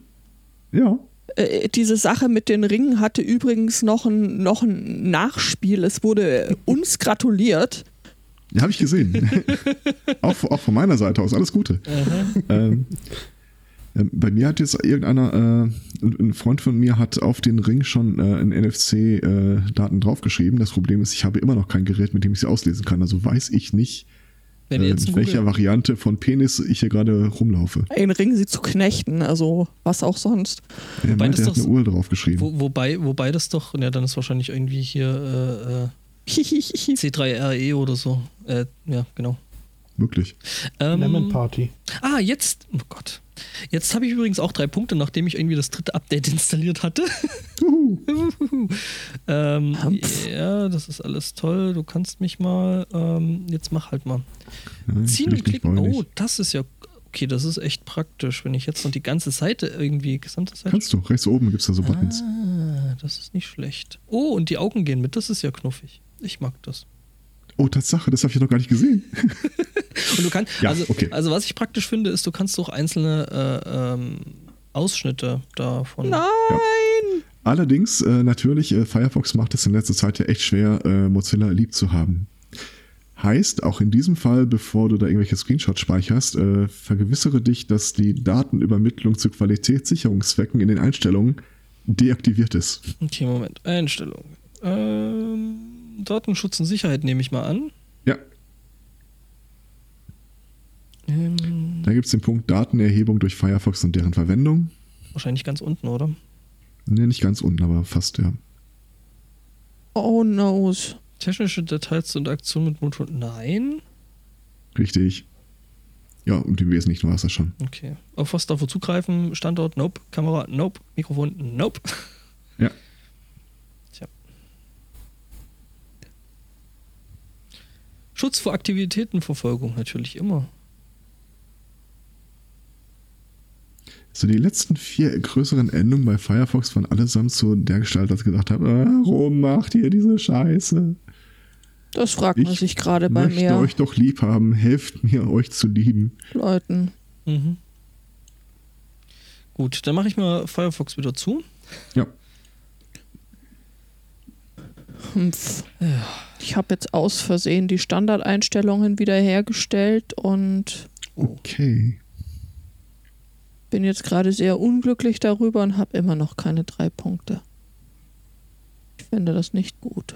S3: Ja,
S4: Äh, diese Sache mit den Ringen hatte übrigens noch ein, noch ein Nachspiel. Es wurde uns gratuliert.
S3: ja habe ich gesehen. auch, auch von meiner Seite aus. Alles Gute. ähm, ähm, bei mir hat jetzt irgendeiner, äh, ein- ein Freund von mir hat auf den Ring schon äh, ein NFC-Daten äh, draufgeschrieben. Das Problem ist, ich habe immer noch kein Gerät, mit dem ich sie auslesen kann. Also weiß ich nicht, äh,
S2: Wenn ihr jetzt
S3: mit welcher
S2: Google,
S3: Variante von Penis ich hier gerade rumlaufe.
S4: Den Ring sie zu knechten, also was auch sonst.
S3: Er
S2: Wobei
S3: meint,
S2: das
S3: er Äh, hat
S2: doch
S3: eine Uhr draufgeschrieben.
S2: wo, wobei, wobei das doch, ja, dann ist wahrscheinlich irgendwie E hier äh, äh, C3RE oder so. Äh, ja, genau.
S3: wirklich.
S2: Ähm,
S1: Lemon Party.
S2: Ah, jetzt. Oh Gott. Jetzt habe ich übrigens auch drei Punkte, nachdem ich irgendwie das dritte Update installiert hatte.
S3: Juhu.
S2: ähm,
S4: Humpf.
S2: ja, das ist alles toll. Du kannst mich mal. Ähm, jetzt mach halt mal.
S3: Nein,
S2: Ziehen und
S3: richtig
S2: klicken.
S3: bräunig.
S2: Oh, das ist ja. Okay, das ist echt praktisch. Wenn ich jetzt noch die ganze Seite irgendwie, gesamte Seite.
S3: Kannst du, rechts oben gibt es da so Buttons.
S2: ah, das ist nicht schlecht. Oh, und die Augen gehen mit. Das ist ja knuffig. Ich mag das.
S3: Oh, Tatsache, das habe ich noch gar nicht gesehen.
S2: Und du kannst,
S3: Ja,
S2: also,
S3: okay.
S2: also was ich praktisch finde, ist, du kannst auch einzelne äh, ähm, Ausschnitte davon.
S4: Nein!
S3: Allerdings, äh, natürlich, äh, Firefox macht es in letzter Zeit ja echt schwer, äh, Mozilla lieb zu haben. Heißt, auch in diesem Fall, bevor du da irgendwelche Screenshots speicherst, äh, vergewissere dich, dass die Datenübermittlung zu Qualitätssicherungszwecken in den Einstellungen deaktiviert ist.
S2: Okay, Moment. Einstellung. Ähm, Datenschutz und Sicherheit nehme ich mal an.
S3: Ja,
S2: Ähm,
S3: da gibt es den Punkt Datenerhebung durch Firefox und deren Verwendung.
S2: wahrscheinlich ganz unten, oder?
S3: Ne, nicht ganz unten, aber fast, ja.
S4: Oh noes.
S2: Technische Details und Aktionen mit Motor. Nein.
S3: Richtig. Ja, und im Wesentlichen war es das schon.
S2: Okay. Auf was darf er zugreifen? Standort? Nope. Kamera? Nope. Mikrofon? Nope.
S3: Ja.
S2: Schutz vor Aktivitätenverfolgung natürlich immer.
S3: So die letzten vier größeren Endungen bei Firefox waren allesamt so der Gestalt, dass ich gedacht habe, "Ah, warum macht ihr diese Scheiße?
S4: Das fragt man
S3: Ich
S4: sich gerade bei
S3: Möchte
S4: mehr
S3: euch doch lieb haben, helft mir, euch zu lieben.
S4: Leuten.
S2: Mhm. Gut, dann mache ich mal Firefox wieder zu.
S3: Ja,
S4: Humpf. Ich habe jetzt aus Versehen die Standardeinstellungen wiederhergestellt und
S3: okay.
S4: bin jetzt gerade sehr unglücklich darüber und habe immer noch keine drei Punkte. Ich finde das nicht gut.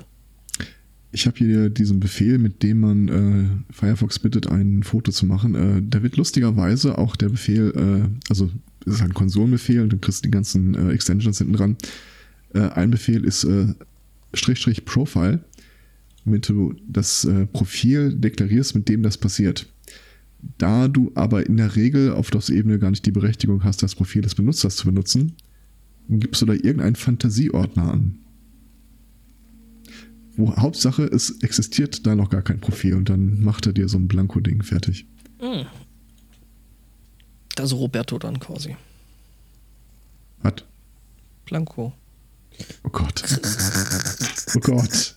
S3: Ich habe hier diesen Befehl, mit dem man äh, Firefox bittet, ein Foto zu machen. Äh, da wird lustigerweise auch der Befehl, äh, also es ist halt ein Konsolenbefehl und du kriegst die ganzen äh, Extensions hinten dran. Äh, ein Befehl ist äh, Strichstrich Profile, womit du das äh, Profil deklarierst, mit dem das passiert. Da du aber in der Regel auf das Ebene gar nicht die Berechtigung hast, das Profil des Benutzers zu benutzen, gibst du da irgendeinen Fantasieordner an. Wo Hauptsache, es existiert da noch gar kein Profil und dann macht er dir so ein Blanko-Ding fertig.
S2: Also Roberto dann quasi.
S3: Hat.
S2: Blanco.
S3: Oh Gott. Oh Gott.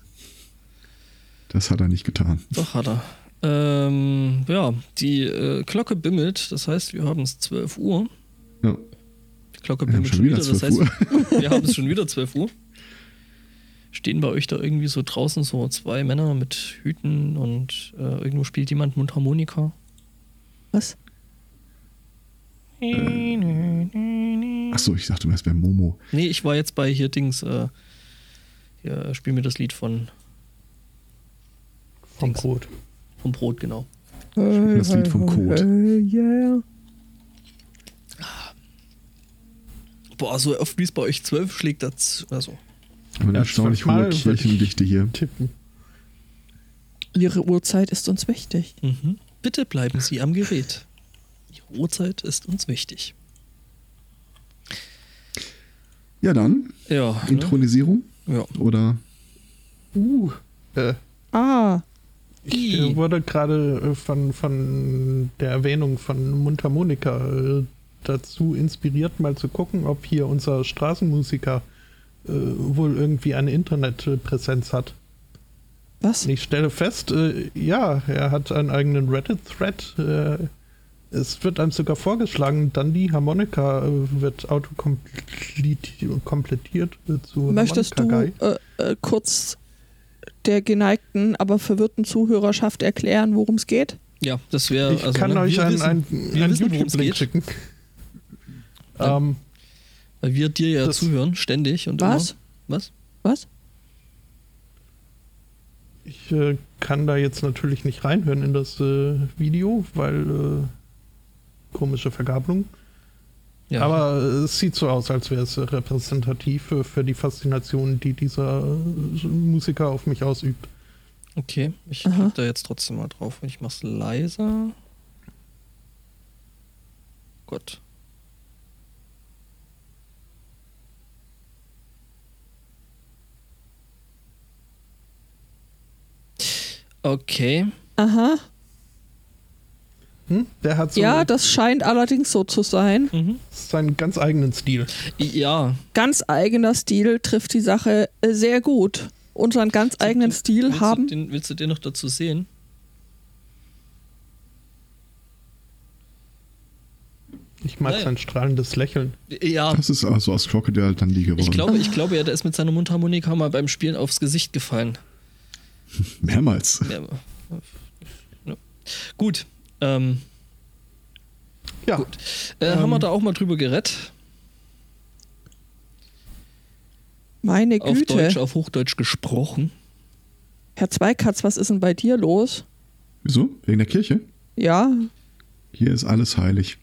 S3: Das hat er nicht getan.
S2: Doch, hat er. Ähm, ja, die äh, Glocke bimmelt, das heißt, wir haben es 12 Uhr.
S3: Ja,
S2: Die Glocke
S3: wir haben
S2: bimmelt
S3: schon wieder
S2: das
S3: 12
S2: heißt,
S3: Uhr.
S2: wir haben es schon wieder 12 Uhr. Stehen bei euch da irgendwie so draußen so zwei Männer mit Hüten und äh, irgendwo spielt jemand Mundharmonika?
S4: Was?
S3: Achso, ich dachte, du wärst bei Momo.
S2: Nee, ich war jetzt bei hier Dings, äh, hier, äh, spiel mir das Lied von,
S1: Vom
S2: Dings.
S1: Brot.
S2: vom Brot, genau.
S3: Das Lied vom Code.
S4: yeah.
S2: Boah, so oft wie es bei euch 12 schlägt, das, also,
S3: Aber eine
S1: Ja,
S3: erstaunlich hohe
S1: zwölfmal würd ich-
S3: Kirchendichte hier.
S1: Tippen.
S4: Ihre Uhrzeit ist uns wichtig.
S2: mhm. bitte bleiben Sie am Gerät. Ihre Uhrzeit ist uns wichtig.
S3: Ja, dann.
S2: Ja, ne?
S3: Intronisierung
S2: ja.
S3: oder
S1: Uh. Äh,
S4: Ah,
S1: ich
S2: I.
S1: äh, wurde gerade äh, von, von der Erwähnung von Mundharmonika äh, dazu inspiriert, mal zu gucken, ob hier unser Straßenmusiker äh, wohl irgendwie eine Internetpräsenz hat.
S4: was?
S1: Ich stelle fest, äh, ja, er hat einen eigenen Reddit-Thread. Äh, es wird einem sogar vorgeschlagen, dann die Harmonika äh, wird autokomplettiert äh, zu
S4: Möchtest du
S1: Harmonika-Guy.
S4: äh, äh, kurz der geneigten, aber verwirrten Zuhörerschaft erklären, worum es geht?
S2: Ja, das wäre.
S1: Ich kann euch einen, einen,
S2: Also, ne, wir
S1: einen
S2: wissen, worum's
S1: YouTube-Link
S2: geht.
S1: schicken.
S2: Ja.
S1: Ähm,
S2: Weil wir dir ja
S1: das-
S2: zuhören, ständig und
S4: Was?
S2: immer. Was?
S4: genau. Was?
S1: ich äh, kann da jetzt natürlich nicht reinhören in das äh, Video, weil äh, komische Vergabelung.
S2: Ja.
S1: Aber äh, es sieht so aus, als wäre es repräsentativ für, für die Faszination, die dieser äh, Musiker auf mich ausübt.
S2: Okay, ich
S4: Aha.
S2: klicke da jetzt trotzdem mal drauf und ich mach's leiser. Gott. Okay.
S4: Aha.
S1: Hm? Der hat so
S4: Ja,
S1: einen,
S4: das scheint allerdings so zu sein.
S2: Mhm.
S1: seinen ganz eigenen Stil.
S2: Ja,
S4: Ganz eigener Stil trifft die Sache äh, sehr gut. Unseren ganz eigenen Stil
S2: willst
S4: haben.
S2: Du den, willst du den noch dazu sehen?
S1: Ich mag
S2: Ja, ja.
S1: sein strahlendes Lächeln.
S2: Äh, Ja,
S3: Das ist also aus Crocodile Dundee geworden.
S2: ich glaube, ich glaube, ja, der ist mit seiner Mundharmonika mal beim Spielen aufs Gesicht gefallen.
S3: Mehrmals.
S2: Ja, aber- ja. Gut. Ähm,
S1: Ja,
S2: Gut. äh, haben
S4: Ähm,
S2: wir da auch mal drüber gerettet?
S4: Meine
S2: Auf Deutsch,
S4: Güte.
S2: auf Hochdeutsch gesprochen.
S4: Herr Zweikatz, was ist denn bei dir los?
S3: Wieso? Wegen der Kirche?
S4: Ja,
S3: Hier ist alles heilig.